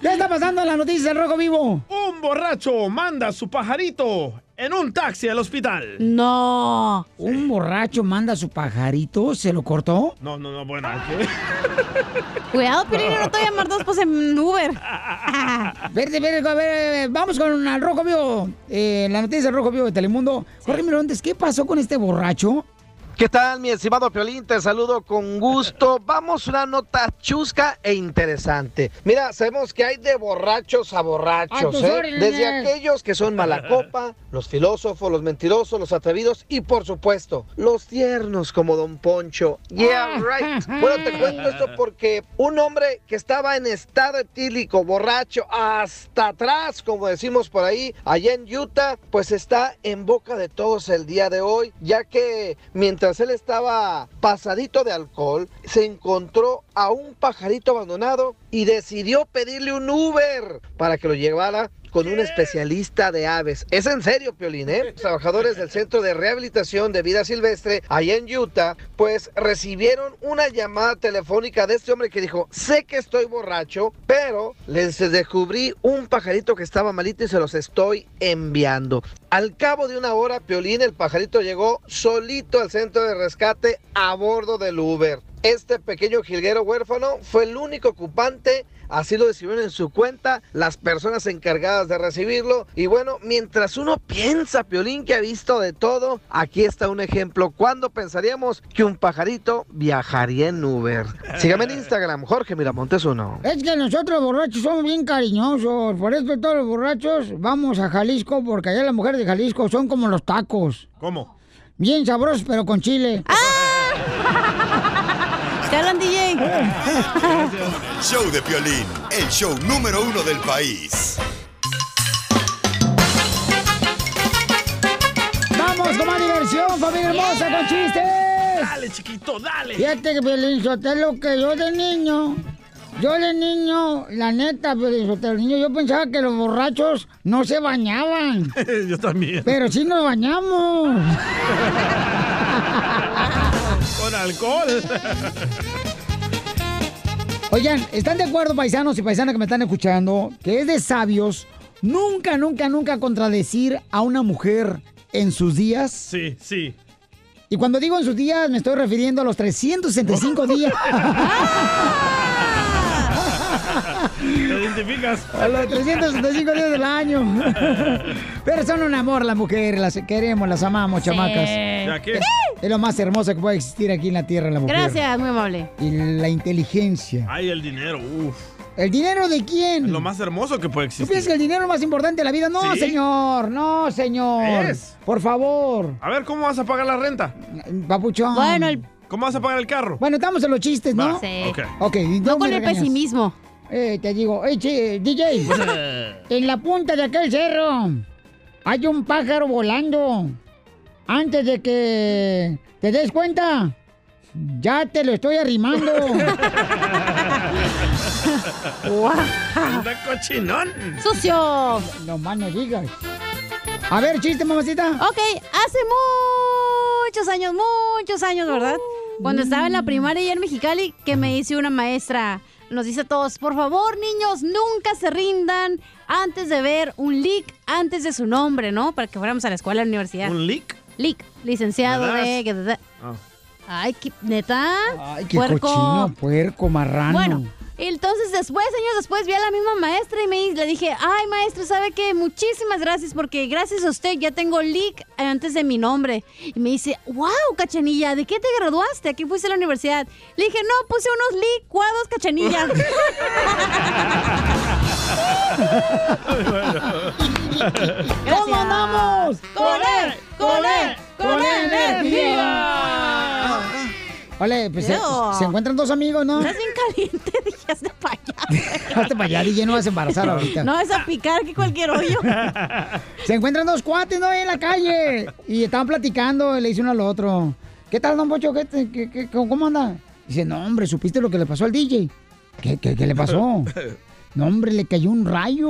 Speaker 2: ¿Qué está pasando en las noticias del Rojo Vivo?
Speaker 4: Un borracho manda a su pajarito en un taxi al hospital.
Speaker 8: No.
Speaker 2: Un borracho manda a su pajarito, ¿se lo cortó?
Speaker 4: No, no, no, bueno.
Speaker 8: Cuidado, Pelín, no te voy a llamar dos pues en Uber.
Speaker 2: (laughs) Verde, verde, a ver, eh, vamos con al Rojo Vivo, eh, la noticia del Rojo Vivo de Telemundo. Jorge Mirontes, ¿qué pasó con este borracho?
Speaker 5: ¿Qué tal, mi estimado Piolín? Te saludo con gusto. Vamos a una nota chusca e interesante. Mira, sabemos que hay de borrachos a
Speaker 2: A
Speaker 5: borrachos,
Speaker 2: tus
Speaker 5: ¿eh?
Speaker 2: órdenes.
Speaker 5: Desde aquellos que son mala copa, los filósofos, los mentirosos, los atrevidos y, por supuesto, los tiernos como Don Poncho.
Speaker 2: Ah.
Speaker 5: Yeah, right. Bueno, te cuento esto porque un hombre que estaba en estado etílico, borracho, hasta atrás, como decimos por ahí, allá en Utah, pues está en boca de todos el día de hoy, ya que mientras él estaba pasadito de alcohol, se encontró a un pajarito abandonado y decidió pedirle un Uber para que lo llevara con un especialista de aves. Es en serio, Piolín, ¿eh? Trabajadores del Centro de Rehabilitación de Vida Silvestre, allá en Utah, pues recibieron una llamada telefónica de este hombre que dijo, sé que estoy borracho, pero les descubrí un pajarito que estaba malito y se los estoy enviando. Al cabo de una hora, Piolín, el pajarito llegó solito al centro de rescate a bordo del Uber. Este pequeño jilguero huérfano fue el único ocupante Así lo decidieron en su cuenta las personas encargadas de recibirlo. Y bueno, mientras uno piensa, Piolín, que ha visto de todo, aquí está un ejemplo. ¿Cuándo pensaríamos que un pajarito viajaría en Uber? Sígame
Speaker 2: (laughs)
Speaker 5: en Instagram, Jorge Miramontes uno.
Speaker 2: Es que nosotros los borrachos somos bien cariñosos. Por eso todos los borrachos vamos a Jalisco, porque allá las mujeres de Jalisco son como los tacos.
Speaker 4: ¿Cómo?
Speaker 2: Bien sabrosos, pero con
Speaker 8: (laughs)
Speaker 2: chile.
Speaker 8: ¡Ah! ¿Te hablan, DJ?
Speaker 9: El show de Piolín, el show número uno del país.
Speaker 2: (laughs) ¡Vamos con más diversión, familia hermosa, con chistes!
Speaker 4: Dale, chiquito, dale.
Speaker 2: Fíjate que Piolín Sotelo, que yo de niño, yo de niño, la neta, Piolín Sotelo, niño, yo pensaba que los borrachos no se bañaban,
Speaker 4: (laughs) Yo también.
Speaker 2: pero sí nos bañamos.
Speaker 4: (laughs) Con alcohol.
Speaker 2: Oigan, ¿están de acuerdo, paisanos y paisanas que me están escuchando, que es de sabios nunca, nunca, nunca contradecir a una mujer en sus días?
Speaker 4: Sí, sí.
Speaker 2: Y cuando digo en sus días, me estoy refiriendo a los 365
Speaker 4: (laughs)
Speaker 2: días.
Speaker 4: ¿Te identificas?
Speaker 2: A los 365 días del año.
Speaker 8: (laughs)
Speaker 2: Pero son un amor las mujeres, las queremos, las amamos, chamacas.
Speaker 4: ¿Ya qué?
Speaker 2: Es lo más hermoso que puede existir aquí en la tierra, la mujer.
Speaker 8: Gracias, muy amable.
Speaker 2: Y la inteligencia.
Speaker 4: Ay, el dinero, uff.
Speaker 2: ¿El dinero de quién?
Speaker 4: Lo más hermoso que puede
Speaker 2: ¿Tú piensas que
Speaker 4: existir.
Speaker 2: el dinero es lo más importante de la vida? No,
Speaker 4: ¿Sí?
Speaker 2: señor, no, señor.
Speaker 4: Es.
Speaker 2: Por favor,
Speaker 4: A ver, ¿cómo vas a pagar la renta?
Speaker 2: papuchón.
Speaker 8: Bueno, el-
Speaker 4: ¿Cómo vas a pagar el carro?
Speaker 2: Bueno, estamos en los chistes, ¿no?
Speaker 4: Va,
Speaker 8: Sí.
Speaker 4: ok.
Speaker 2: Ok,
Speaker 8: No
Speaker 2: me
Speaker 8: con el
Speaker 2: regañas.
Speaker 4: (laughs)
Speaker 2: (laughs)
Speaker 8: pesimismo.
Speaker 2: Eh, te digo, eh, che, DJ,
Speaker 8: (laughs)
Speaker 2: en la punta de aquel cerro hay un pájaro volando. Antes de que te des cuenta, ya te lo estoy arrimando.
Speaker 4: ¡Anda cochinón!
Speaker 8: (laughs) Sucio.
Speaker 2: no más no digas. A ver, chiste, mamacita.
Speaker 8: Ok, hace muchos años, muchos años, ¿verdad? Cuando estaba en la primaria allá en Mexicali, que me dice una maestra, nos dice a todos, por favor, niños, nunca se rindan antes de ver un leak antes de su nombre, ¿no? Para que fuéramos a la escuela, a la universidad.
Speaker 4: ¿Un leak?
Speaker 8: Leak, licenciado
Speaker 4: ¿Verdad?
Speaker 8: de... que- de-
Speaker 4: Ah.
Speaker 8: Ay, qué- neta.
Speaker 2: Ay, qué
Speaker 8: Puerco.
Speaker 2: cochino, puerco, marrano.
Speaker 8: Bueno, entonces después, años después, vi a la misma maestra y me, di- le dije, ay maestra, ¿sabe qué? Muchísimas gracias porque gracias a usted ya tengo leak antes de mi nombre. Y me dice, wow, Cachanilla, ¿de qué te graduaste? ¿A qué fuiste a la universidad? Le dije, no, puse unos licuados, (laughs) Cachanilla.
Speaker 2: ¿Cómo andamos?
Speaker 8: ¡Con él! ¡Con él! ¡Con energía!
Speaker 2: Vale, pues se,
Speaker 8: Ew.
Speaker 2: se encuentran dos amigos, ¿no?
Speaker 8: Estás bien caliente, dije, de payaso.
Speaker 2: (laughs) Hazte para allá, DJ, no vas a embarazar ahorita.
Speaker 8: No, es a picar que cualquier (laughs) hoyo.
Speaker 2: Se encuentran dos cuates, ¿no? Ahí en la calle. Y estaban platicando, y le dice uno al otro. ¿Qué tal, don Pocho? ¿Qué te- qué- qué- cómo- ¿Cómo anda? Dice, no, hombre, ¿supiste lo que le pasó al DJ? ¿Qué, qué- qué le
Speaker 4: (laughs)
Speaker 2: pasó? No, hombre, le cayó un rayo.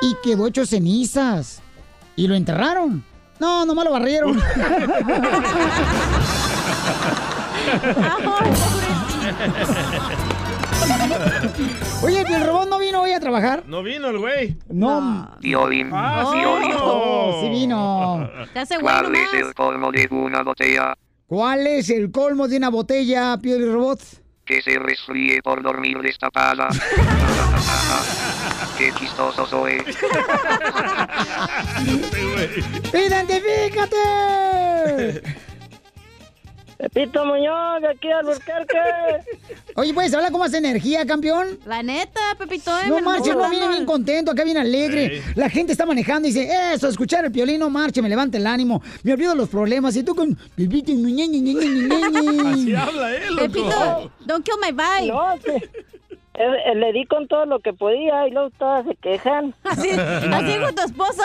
Speaker 2: Y quedó hecho cenizas. Y lo enterraron. No, nomás lo
Speaker 11: (laughs)
Speaker 2: (laughs)
Speaker 12: (laughs)
Speaker 2: barrieron. Oye, el robot no vino hoy a trabajar.
Speaker 4: No vino el güey.
Speaker 2: No,
Speaker 13: Tío Bim,
Speaker 4: Ah, sí
Speaker 8: No.
Speaker 4: vino.
Speaker 2: Oh, sí vino.
Speaker 8: Te hace bueno
Speaker 13: ¿cuál es
Speaker 8: más.
Speaker 13: el colmo de una botella?
Speaker 2: ¿Cuál es el colmo de una botella, piel y robot?
Speaker 13: Que se resfríe por dormir destapada. ¡Qué chistoso soy!
Speaker 4: Este güey.
Speaker 2: ¡Identifícate!
Speaker 12: Pepito Muñoz, de aquí a Alburquerque.
Speaker 2: Oye, pues, ¿puedes hablar con más energía, campeón?
Speaker 8: La neta, Pepito, eh,
Speaker 2: No
Speaker 8: me lo
Speaker 2: marche, no
Speaker 8: estoy
Speaker 2: viene
Speaker 8: dando.
Speaker 2: bien contento, acá viene alegre.
Speaker 4: Ey.
Speaker 2: La gente está manejando y dice, eso, escuchar el piolín, no marche, me levanta el ánimo, me olvido los problemas. Y tú con...
Speaker 4: Así habla él, loco.
Speaker 8: Pepito, don't kill my vibe.
Speaker 12: No, sí. Eh, eh, le di con todo lo que podía y luego todas se quejan.
Speaker 8: (laughs) Así, así dijo tu esposa.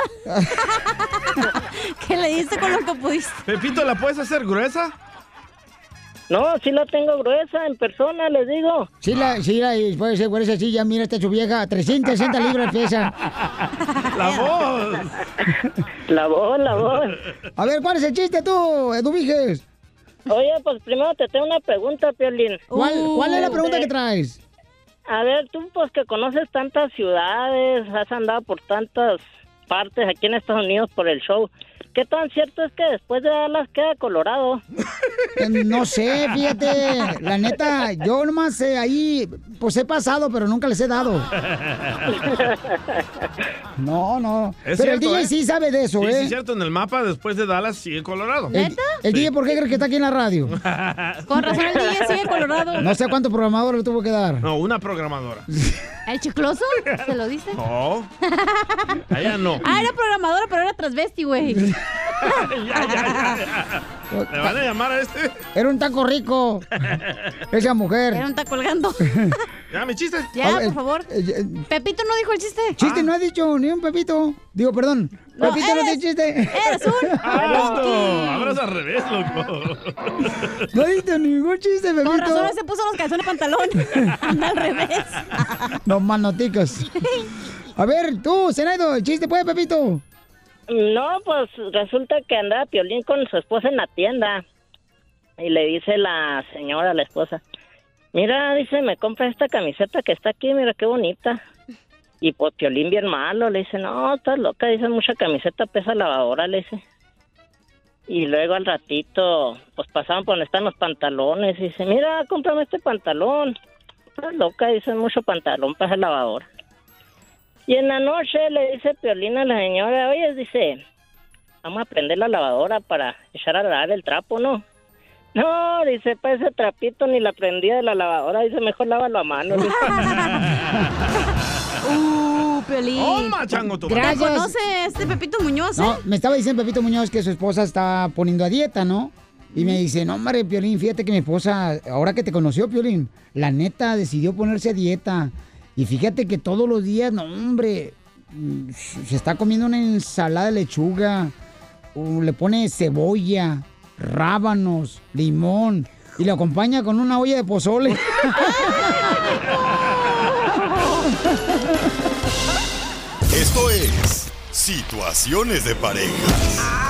Speaker 8: (laughs) que le diste con lo que pudiste.
Speaker 4: Pepito, ¿la puedes hacer gruesa?
Speaker 12: No, sí la tengo gruesa en persona, les digo.
Speaker 2: Sí, la, sí, la, y puede ser, güey, esa sí, ya mira, esta su vieja, 360 libras pesa.
Speaker 4: La voz.
Speaker 12: La voz, la voz.
Speaker 2: A ver, ¿cuál es el chiste tú, Eduviges?
Speaker 12: Oye, pues primero te tengo una pregunta, Piolín. Eh,
Speaker 2: ¿Cuál,
Speaker 8: Uh,
Speaker 2: ¿Cuál es la pregunta
Speaker 12: de-
Speaker 2: que traes?
Speaker 12: A ver, tú pues que conoces tantas ciudades, has andado por tantas partes aquí en Estados Unidos por el show. ¿Qué tan cierto es que después de Dallas queda Colorado?
Speaker 2: No sé, fíjate, la neta, yo nomás eh, ahí, pues he pasado, pero nunca les he dado.
Speaker 8: (laughs)
Speaker 2: No, no.
Speaker 4: Es
Speaker 2: pero el
Speaker 4: cierto,
Speaker 2: DJ
Speaker 4: ¿eh?
Speaker 2: sí sabe de eso,
Speaker 4: Sí, sí,
Speaker 2: ¿eh?
Speaker 4: es cierto, en el mapa después de Dallas sigue Colorado.
Speaker 2: El, el DJ, ¿por qué cree que está aquí en la radio?
Speaker 8: (laughs) Con razón el DJ sigue colorado.
Speaker 2: No sé cuánto programador le tuvo que dar.
Speaker 4: No, una programadora.
Speaker 8: ¿El chicloso? ¿Se lo dice? (laughs)
Speaker 4: No, a ella no.
Speaker 8: Ah, era programadora, pero era
Speaker 2: (laughs)
Speaker 8: transvesti, güey.
Speaker 4: ¿Le van a llamar a este?
Speaker 2: Era un taco
Speaker 8: (laughs)
Speaker 2: rico. Esa mujer.
Speaker 8: Era un taco colgando.
Speaker 4: (laughs) ¿Ya mi chiste?
Speaker 2: A
Speaker 8: Ya,
Speaker 2: ver,
Speaker 8: por favor.
Speaker 2: eh,
Speaker 8: Pepito no dijo el chiste. Ah.
Speaker 2: Chiste, no ha dicho ni un Pepito. Digo, perdón.
Speaker 8: No,
Speaker 2: Pepito no tiene
Speaker 8: eres-
Speaker 2: chiste. (laughs)
Speaker 8: eres un-
Speaker 4: Abrazos al revés, loco.
Speaker 2: No diste ningún chiste, Pepito.
Speaker 8: Con razón se puso los
Speaker 2: (laughs)
Speaker 8: calzones pantalón. Anda al revés.
Speaker 2: Los manoticas. A ver, tú, Senaido, el chiste, pues, Pepito.
Speaker 12: No, pues resulta que andaba Piolín con su esposa en la tienda. Y le dice la señora, la esposa, mira, dice, me compra esta camiseta que está aquí, mira qué bonita. Y pues Piolín bien malo, le dice, no, estás loca, dice, mucha camiseta pesa lavadora, le dice. (laughs) Y luego al ratito, pues pasaban por donde están los pantalones y dice, mira, cómprame este pantalón. Estás loca, dice, mucho pantalón pesa lavadora. Y en la noche le dice Piolín a la señora, oye, dice, vamos a prender la lavadora para echar a lavar el trapo, ¿no? No, dice, para ese trapito ni la prendida de la lavadora, dice, mejor lávalo a mano. dice.
Speaker 8: Uh, Piolín.
Speaker 2: Toma, chango, toma.
Speaker 8: ¿Te
Speaker 2: Gracias.
Speaker 8: conoce este Pepito Muñoz, eh?
Speaker 2: No, me estaba diciendo Pepito Muñoz que su esposa está poniendo a dieta, ¿no? Y me dice, no, hombre, Piolín, fíjate que mi esposa, ahora que te conoció, Piolín, la neta decidió ponerse a dieta. Y fíjate que todos los días, no, hombre, mm, se está comiendo una ensalada de lechuga, uh, le pone cebolla, rábanos, limón, y lo acompaña con una olla de pozole.
Speaker 9: Esto es Situaciones de Parejas.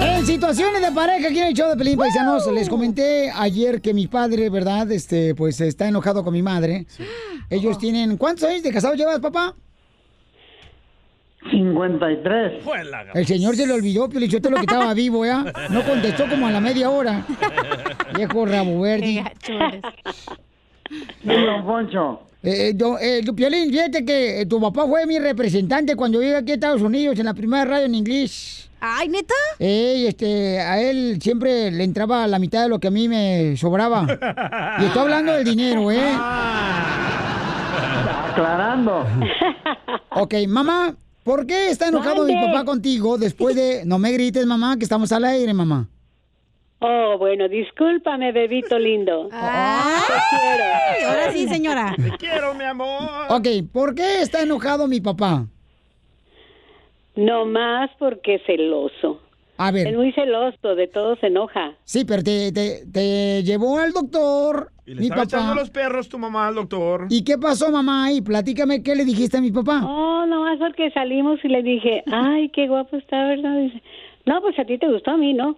Speaker 2: En situaciones de pareja, aquí en el show de Pelín Paisanos, les comenté ayer que mi padre, ¿verdad? Este, pues está enojado con mi madre. Ellos tienen, ¿cuántos años de casado llevas, papá?
Speaker 14: 53.
Speaker 2: El señor se le olvidó, Pio Lichotelo, que estaba vivo, ¿ya? No contestó como a la media hora. Viejo rabo verde.
Speaker 14: Sí, don Poncho.
Speaker 2: Eh, eh, don- eh, Piolín, fíjate que eh, tu papá fue mi representante cuando llegué aquí a Estados Unidos en la primera radio en inglés.
Speaker 8: Ay, neta.
Speaker 2: Eh, y este, a él siempre le entraba la mitad de lo que a mí me sobraba. Y estoy hablando del dinero, ¿eh?
Speaker 14: Ah. Aclarando.
Speaker 2: (laughs) Ok, mamá, ¿por qué está enojado mi
Speaker 15: Mande.
Speaker 2: papá contigo después de... No me grites, mamá, que estamos al aire, mamá.
Speaker 15: (laughs) Oh, bueno, discúlpame,
Speaker 8: (laughs)
Speaker 15: bebito lindo. Te quiero.
Speaker 8: ahora sí, señora.
Speaker 4: Te quiero, mi amor.
Speaker 2: Ok, ¿por qué está enojado mi papá?
Speaker 15: No más porque es celoso.
Speaker 2: A ver.
Speaker 15: Es muy celoso, de todo se enoja.
Speaker 2: Sí, pero te, te- te llevó al doctor,
Speaker 4: Y le
Speaker 2: mi
Speaker 4: estaba echando
Speaker 2: papá.
Speaker 4: los perros tu mamá al doctor.
Speaker 2: Ah. ¿Y qué pasó, mamá? Y platícame, ¿qué le dijiste a mi papá?
Speaker 15: Oh, no más porque salimos y le dije, ay, qué guapo está, ¿verdad? Dice, no, pues a ti te gustó a mí, ¿no?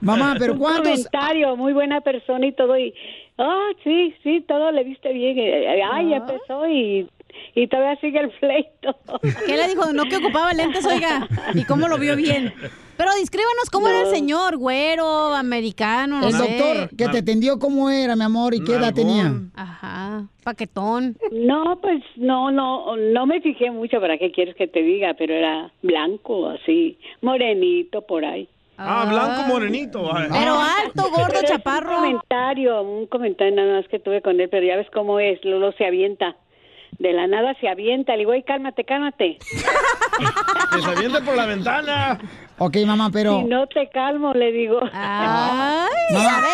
Speaker 2: Mamá, pero
Speaker 15: Un
Speaker 2: ¿cuántos...?
Speaker 15: comentario, muy buena persona y todo. Y, ah, sí, sí, todo le viste bien. y, eh,
Speaker 8: Ah.
Speaker 15: Ay, empezó y, y todavía sigue el pleito.
Speaker 8: ¿Qué le dijo? No que ocupaba lentes,
Speaker 15: (laughs)
Speaker 8: oiga. ¿Y cómo lo vio bien? Pero descríbanos cómo era el señor, güero, americano, no
Speaker 2: El
Speaker 8: sé.
Speaker 2: doctor que te atendió, ¿cómo era, mi amor? ¿Y qué edad tenía?
Speaker 8: Ajá, Ah, paquetón.
Speaker 15: No, pues no, no, no me fijé mucho para qué quieres que te diga, pero era blanco, así, morenito por ahí.
Speaker 4: Ah, blanco morenito.
Speaker 15: Pero
Speaker 2: Ah.
Speaker 8: alto, gordo,
Speaker 2: (laughs)
Speaker 15: chaparro. Un comentario, un comentario nada más que tuve con él, pero ya ves cómo es, Lolo se avienta. De la nada se avienta, le digo, "Ey, cálmate, cálmate.
Speaker 4: Que se aviente por la ventana.
Speaker 2: Ok, mamá, pero...
Speaker 15: Si no te calmo, le digo.
Speaker 8: Ay,
Speaker 2: Mamá. a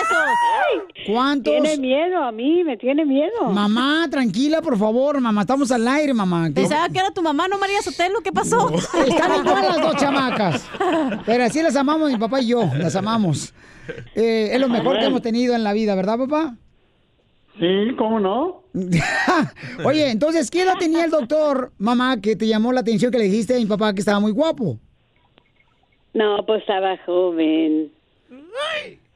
Speaker 2: ¿Cuántos?
Speaker 15: Tiene miedo a mí, me tiene miedo.
Speaker 2: Mamá, tranquila, por favor, mamá. Estamos al aire, mamá. Que-
Speaker 8: Pensaba que era tu mamá, no María Sotelo, ¿qué pasó? (laughs)
Speaker 2: Están igual las dos chamacas. Pero así las amamos, mi papá y yo. Las amamos. Eh, es lo mejor que hemos tenido en la vida, ¿verdad, papá?
Speaker 14: Sí, ¿cómo no?
Speaker 2: Oye, entonces, ¿qué edad tenía el doctor, mamá, que te llamó la atención que le dijiste a mi papá que estaba muy guapo?
Speaker 15: No, pues estaba joven.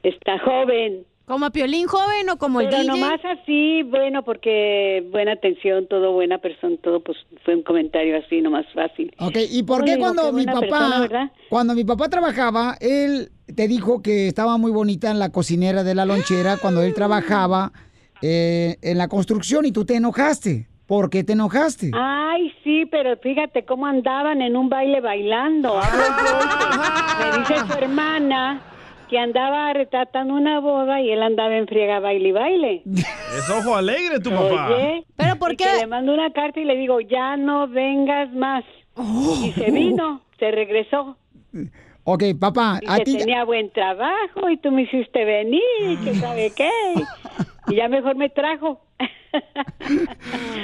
Speaker 15: Está joven.
Speaker 8: ¿Como Piolín joven o como el
Speaker 15: Pero
Speaker 8: DJ?
Speaker 15: nomás así, bueno, porque buena atención, todo buena persona, todo pues fue un comentario así, nomás fácil.
Speaker 2: Ok, ¿y por qué
Speaker 15: Oye,
Speaker 2: cuando
Speaker 15: qué
Speaker 2: mi
Speaker 15: buena
Speaker 2: papá
Speaker 15: persona, ¿verdad?
Speaker 2: cuando mi papá trabajaba, él te dijo que estaba muy bonita en la cocinera de la lonchera cuando él
Speaker 15: (gasps)
Speaker 2: trabajaba eh, en la construcción y tú te enojaste? ¿Por qué te enojaste?
Speaker 15: Ah, Ay, sí, pero fíjate cómo andaban en un baile
Speaker 2: (laughs)
Speaker 15: bailando. Hablo en golpe. Me dice su hermana que andaba retratando una boda y él andaba en friega baile y baile.
Speaker 4: Es ojo alegre tu papá. Eh,
Speaker 15: Oye, pero ¿por qué? le mando una carta y le digo, ya no vengas más.
Speaker 2: Oh.
Speaker 15: Y se vino, se regresó.
Speaker 2: Ok, papá,
Speaker 15: Y
Speaker 2: a
Speaker 15: que
Speaker 2: ti...
Speaker 15: tenía buen trabajo y tú me hiciste venir, y que sabe
Speaker 2: (laughs)
Speaker 15: qué. Y ya mejor me trajo.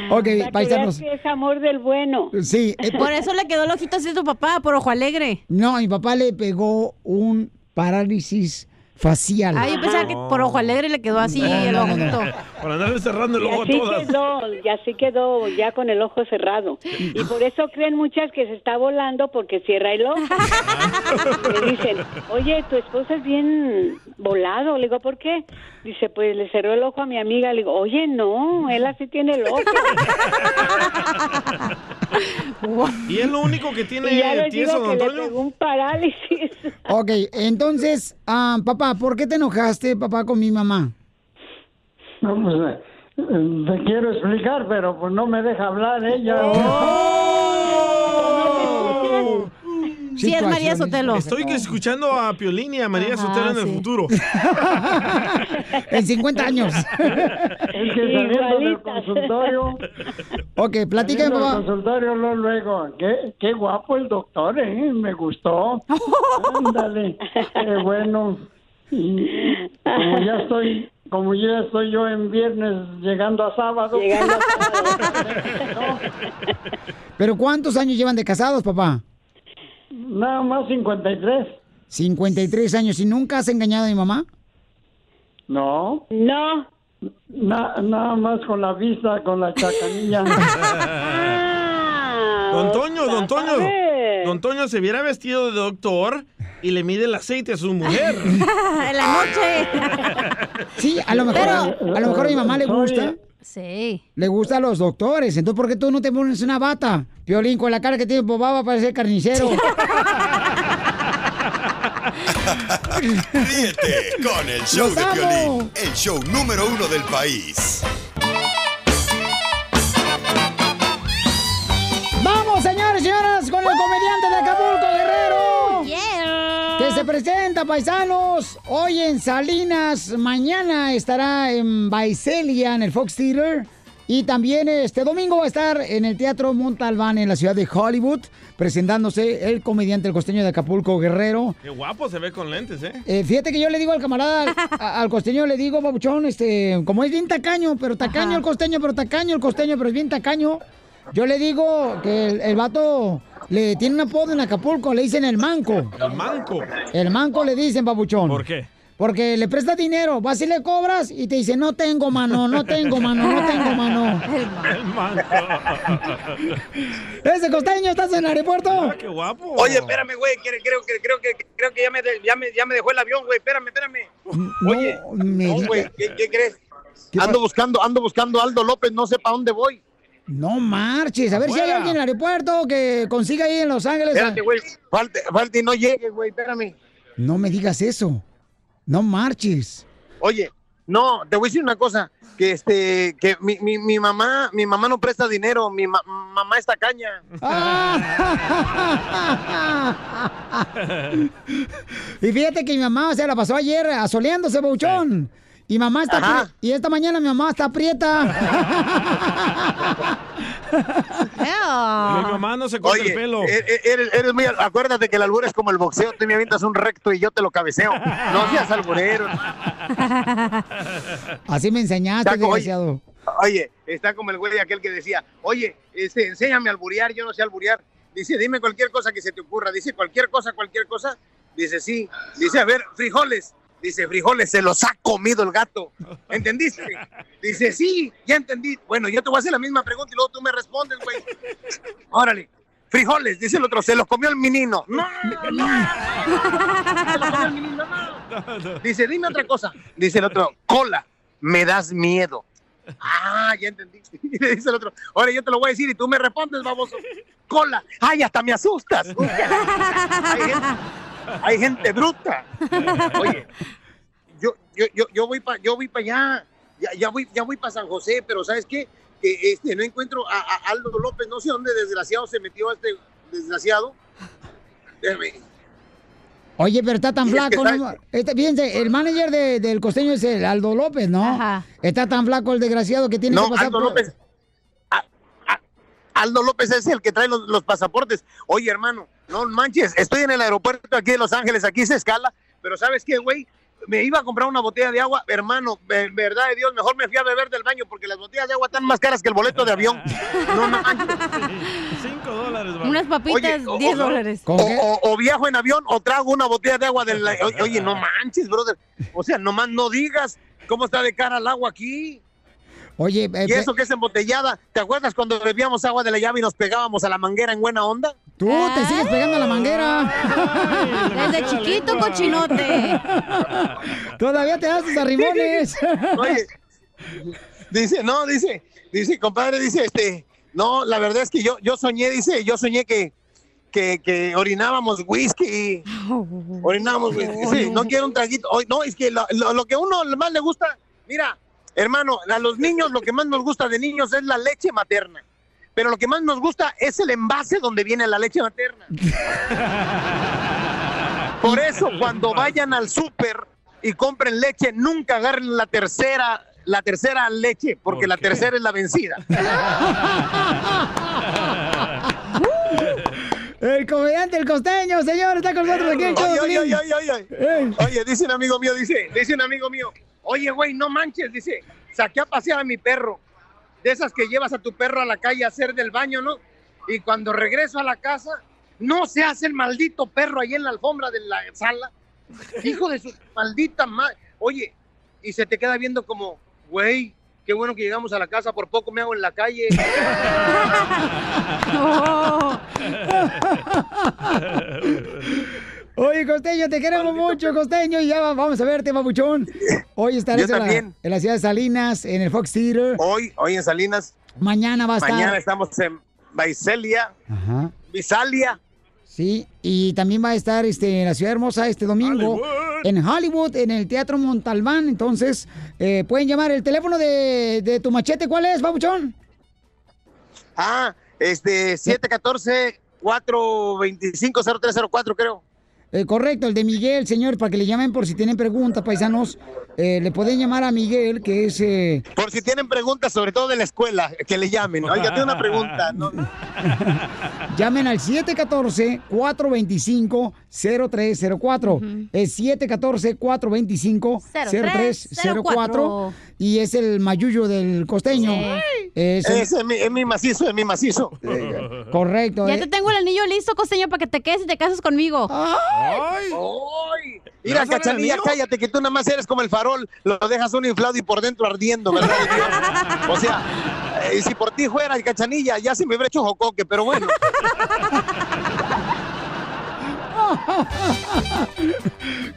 Speaker 2: Ok,
Speaker 15: Para que veas
Speaker 2: paisanos.
Speaker 15: que es amor del bueno. (laughs)
Speaker 2: Sí. eh,
Speaker 8: Por eso le quedó el ojito así a tu papá, por ojo alegre.
Speaker 2: No, mi papá le pegó un parálisis facial.
Speaker 8: Ah, yo pensaba que por ojo alegre le quedó así el
Speaker 2: no,
Speaker 8: ojito.
Speaker 4: Para andarle cerrando el
Speaker 15: Y
Speaker 4: ojo a
Speaker 15: así
Speaker 4: todas.
Speaker 15: quedó, y así quedó, ya con el ojo cerrado. Y por eso creen muchas que se está volando porque cierra el
Speaker 4: (laughs)
Speaker 15: ojo. Le dicen, oye, tu esposa es bien volado. Le digo, ¿por qué? Dice, pues le cerró el ojo a mi amiga. Le digo, oye, no, él así tiene el ojo.
Speaker 4: Y es lo único
Speaker 8: (laughs)
Speaker 4: que
Speaker 15: Y ya
Speaker 4: tiene el
Speaker 15: les
Speaker 4: tieso,
Speaker 15: digo
Speaker 4: don
Speaker 15: que le
Speaker 4: Antonio.
Speaker 15: pegó un parálisis.
Speaker 2: (laughs) Ok, entonces, ah, papá, ¿por qué te enojaste, papá, con mi mamá?
Speaker 14: No, pues, eh, eh, te (laughs) quiero explicar, pero pues no me deja hablar ella.
Speaker 12: Oh.
Speaker 8: ¡Oh! Sí, es María Sotelo.
Speaker 4: Estoy que escuchando a Piolín y a María
Speaker 8: Ajá,
Speaker 4: Sotelo en el
Speaker 8: sí. (laughs)
Speaker 4: futuro.
Speaker 2: En 50 años.
Speaker 14: Es que saliendo del
Speaker 15: Igualitas.
Speaker 12: (laughs)
Speaker 14: consultorio,
Speaker 2: ok, platícame,
Speaker 14: saliendo del
Speaker 2: papá.
Speaker 14: consultorio luego, luego, qué, qué guapo el doctor, ¿eh? Me gustó. Ándale, qué bueno. Y como ya estoy, como ya estoy yo en viernes llegando a sábado.
Speaker 15: Llegando
Speaker 2: ¿Pero cuántos años llevan de casados, papá?
Speaker 14: Nada más 53.
Speaker 2: 53 años. ¿Y nunca has engañado a mi mamá?
Speaker 14: No.
Speaker 15: No.
Speaker 14: nada más con la vista, con la chacanilla.
Speaker 4: (laughs) Don Toño, don Toño. (laughs)
Speaker 15: Ah,
Speaker 4: Don Toño se viera vestido de doctor y le mide el aceite a su mujer.
Speaker 8: (laughs) en la noche.
Speaker 2: (laughs) Sí, a lo mejor, a lo mejor a mi mamá le gusta.
Speaker 8: Sí.
Speaker 2: Le gusta a los doctores. Entonces, ¿por qué tú no te pones una bata? Violín, con la cara que tiene Bobá va a parecer carnicero.
Speaker 9: Ríete con el show
Speaker 2: Los
Speaker 9: de
Speaker 2: amo.
Speaker 9: Piolín, el show número uno del país.
Speaker 2: (laughs) ¡Vamos, señores y señoras, con el comediante de Acapulco, Guerrero! Que se presenta, paisanos, hoy en Salinas, mañana estará en Vaiselia, en el Fox Theater. Y también este domingo va a estar en el Teatro Montalbán, en la ciudad de Hollywood, presentándose el comediante el costeño de Acapulco, Guerrero.
Speaker 4: Qué guapo se ve con lentes, ¿eh?
Speaker 2: Eh, fíjate que yo le digo al camarada, a- al costeño le digo, babuchón, este, como es bien tacaño, pero tacaño el costeño, pero tacaño el costeño, pero es bien tacaño. Yo le digo que el, el vato le tiene un apodo en Acapulco, le dicen el manco.
Speaker 4: El manco.
Speaker 2: El manco le dicen, babuchón.
Speaker 4: ¿Por qué?
Speaker 2: Porque le presta dinero, vas y le cobras y te dice, no tengo mano, no tengo mano, no tengo mano.
Speaker 14: (laughs)
Speaker 4: El manco.
Speaker 2: Ese costeño, ¿estás en el aeropuerto?
Speaker 4: Ah, Qué guapo.
Speaker 16: Oye, espérame, güey, que- creo, que creo que creo que ya me, de- ya me, ya me dejó el avión, güey, espérame, espérame.
Speaker 2: Oye, me
Speaker 16: No,
Speaker 2: diga-
Speaker 16: güey, ¿qué, qué crees?
Speaker 2: ¿Qué
Speaker 16: ando
Speaker 2: pa-
Speaker 16: buscando, ando buscando a Aldo López, no sé para dónde voy.
Speaker 2: no marches, a ver si hay
Speaker 16: Afuera.
Speaker 2: alguien en el aeropuerto que consiga ahí en Los Ángeles.
Speaker 16: Espérate, güey, falta, falta y no llegue, güey, espérame.
Speaker 2: No me digas eso. No
Speaker 16: (laughs)
Speaker 2: marches.
Speaker 16: Oye, no, te voy a decir una cosa, que este, que mi, mi, mi mamá, mi mamá no presta dinero, mi ma- mamá está
Speaker 2: (laughs)
Speaker 16: caña.
Speaker 2: Y fíjate que mi mamá se la pasó ayer asoleándose, bauchón. Y mamá está
Speaker 16: Ajá.
Speaker 2: pri- y esta mañana mi mamá está
Speaker 16: (laughs)
Speaker 2: prieta.
Speaker 4: Mi mamá no se corta
Speaker 16: Oye,
Speaker 4: el pelo.
Speaker 16: e- e- Eres, eres muy, al- acuérdate que el albur es como el boxeo, tú me avientas un recto y yo te lo cabeceo. No seas alburero.
Speaker 2: (laughs) Así me enseñaste,
Speaker 16: Chaco, oye.
Speaker 2: desgraciado.
Speaker 16: Oye, está como el güey aquel que decía, oye, este, enséñame a alburear, yo no sé alburear. Dice, dime cualquier cosa que se te ocurra. Dice, cualquier cosa, cualquier cosa. Dice, sí. Dice, a ver, frijoles. Dice, frijoles, se los ha comido el gato. ¿Entendiste? Dice, sí, ya entendí. Bueno, yo te voy a hacer la misma pregunta y luego tú me respondes, güey. Órale. Frijoles, dice el otro, se los comió el menino. No, no, no. Se los comió el menino, no. Dice, dime otra cosa. Dice el otro, cola, me das miedo. Ah, ya entendí. (laughs) Y le dice el otro, ahora yo te lo voy a decir y tú me respondes, baboso. Cola, ay, hasta me asustas. Uy, hay, gente, hay
Speaker 10: (laughs)
Speaker 16: gente bruta. Oye, yo, yo, yo, yo voy para yo voy para allá. Ya, ya voy, ya voy para San José, pero ¿sabes qué? Que este, no encuentro a, a Aldo López, no sé dónde desgraciado se metió este desgraciado. Déjame,
Speaker 2: Oye, pero está tan
Speaker 16: Y es que
Speaker 2: flaco. ¿no?
Speaker 16: está-
Speaker 2: Este, fíjense, el manager de- del costeño es el Aldo López, ¿no? Está tan flaco el desgraciado que tiene
Speaker 16: No,
Speaker 2: que pasar
Speaker 16: Aldo
Speaker 2: por-
Speaker 16: López. A- a- Aldo López es el que trae los, los pasaportes. Oye, hermano, no manches, estoy en el aeropuerto aquí de Los Ángeles, aquí se escala, pero ¿sabes qué, güey? Me iba a comprar una botella de agua, hermano, ve- verdad de Dios, mejor me fui a beber del baño porque las botellas de agua están más caras que el boleto de avión. No manches.
Speaker 4: Cinco dólares, va.
Speaker 8: Unas papitas,
Speaker 16: Oye, o-
Speaker 8: 10
Speaker 16: o-
Speaker 8: dólares.
Speaker 16: O, o- o viajo en avión o trago una botella de agua del... o- Oye, no manches, brother. O sea, nomás no digas cómo está de cara el agua aquí.
Speaker 2: Oye, eh,
Speaker 16: Y eso que es embotellada. ¿Te acuerdas cuando bebíamos agua de la llave y nos pegábamos a la manguera en buena onda?
Speaker 2: tú te sigues pegando a la manguera.
Speaker 8: Desde chiquito, cochinote.
Speaker 2: Todavía te haces arribones.
Speaker 16: (laughs) Oye, dice, no, dice, dice, compadre, dice, este, no, la verdad es que yo, yo soñé, dice, yo soñé que, que, que orinábamos whisky. Orinábamos whisky. Dice, no quiero un traguito. Hoy, no, es que lo, lo- lo que uno más le gusta, mira, hermano, a los niños lo que más nos gusta de niños es la leche materna. Pero lo que más nos gusta es el envase donde viene la leche materna. Por eso, cuando vayan al súper y compren leche, nunca agarren la tercera, la tercera leche, porque la tercera es la vencida.
Speaker 2: El comediante, el costeño, señor, está con nosotros aquí en el show de
Speaker 16: Oye, oye,
Speaker 2: Piolín.
Speaker 16: oye, oye, oye. Oye, dice un amigo mío, dice, dice un amigo mío, oye, güey, no manches, dice, saqué a pasear a mi perro, de esas que llevas a tu perro a la calle a hacer del baño, ¿no? Y cuando regreso a la casa, no se hace el maldito perro ahí en la alfombra de la sala. Hijo de su maldita madre. Oye, y se te queda viendo como, güey, qué bueno que llegamos a la casa, por poco me hago en la (laughs) calle.
Speaker 2: (laughs) Oye, costeño, te queremos mucho, costeño. Y ya va- vamos a verte, babuchón. Hoy estarás
Speaker 16: Yo
Speaker 2: en la,
Speaker 16: también.
Speaker 2: en la ciudad de Salinas, en el Fox Theater.
Speaker 16: Hoy, hoy en Salinas,
Speaker 2: Mañana va a estar.
Speaker 16: mañana estamos en Baicelia,
Speaker 2: Ajá.
Speaker 16: Visalia.
Speaker 2: Sí, y también va a estar este, en la ciudad hermosa este domingo en Hollywood, en el Teatro Montalbán. Entonces, eh, pueden llamar. ¿El teléfono de, de tu machete cuál es, babuchón?
Speaker 16: Ah, este, 714-425-0304, creo.
Speaker 2: Eh, correcto, el de Miguel, señor, para que le llamen por si tienen preguntas, paisanos. Eh, le pueden llamar a Miguel, que es... eh,
Speaker 16: Por si tienen preguntas, sobre todo de la escuela, que le llamen. Oiga, tengo una pregunta. ¿no?
Speaker 2: Llamen al 714-425-0304. Es 714-425-0304.
Speaker 16: 0304.
Speaker 2: Y es el mayuyo del costeño. (laughs) Es el-
Speaker 16: Ese es mi, es mi macizo, es mi macizo.
Speaker 2: correcto.
Speaker 8: Ya
Speaker 2: eh.
Speaker 8: te tengo el anillo listo, costeño, para que te quedes y te cases conmigo.
Speaker 2: Ah.
Speaker 16: ¡Ay! Mira,
Speaker 8: ¿No sale
Speaker 16: cachanilla,
Speaker 8: el anillo?
Speaker 16: cállate, que tú nada más eres como el farol, lo dejas uno inflado y por dentro ardiendo, ¿verdad? de Dios? O sea, eh, si por ti fuera el cachanilla, ya se me hubiera hecho jocoque, pero bueno.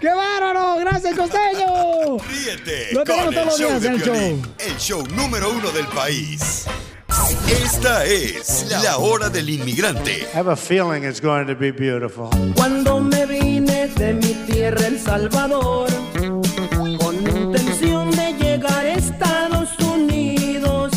Speaker 2: ¡Qué bárbaro! ¡Gracias, costeño!
Speaker 9: Ríete
Speaker 2: Lo
Speaker 9: con
Speaker 2: tenemos
Speaker 9: el
Speaker 2: todos los
Speaker 9: show
Speaker 2: días
Speaker 9: de
Speaker 2: en el
Speaker 9: Piolín,
Speaker 2: show.
Speaker 9: el show número uno del país. Esta es la hora del inmigrante
Speaker 17: I have a feeling it's going to be beautiful.
Speaker 3: Cuando me vine de mi tierra El Salvador, con intención de llegar a Estados Unidos,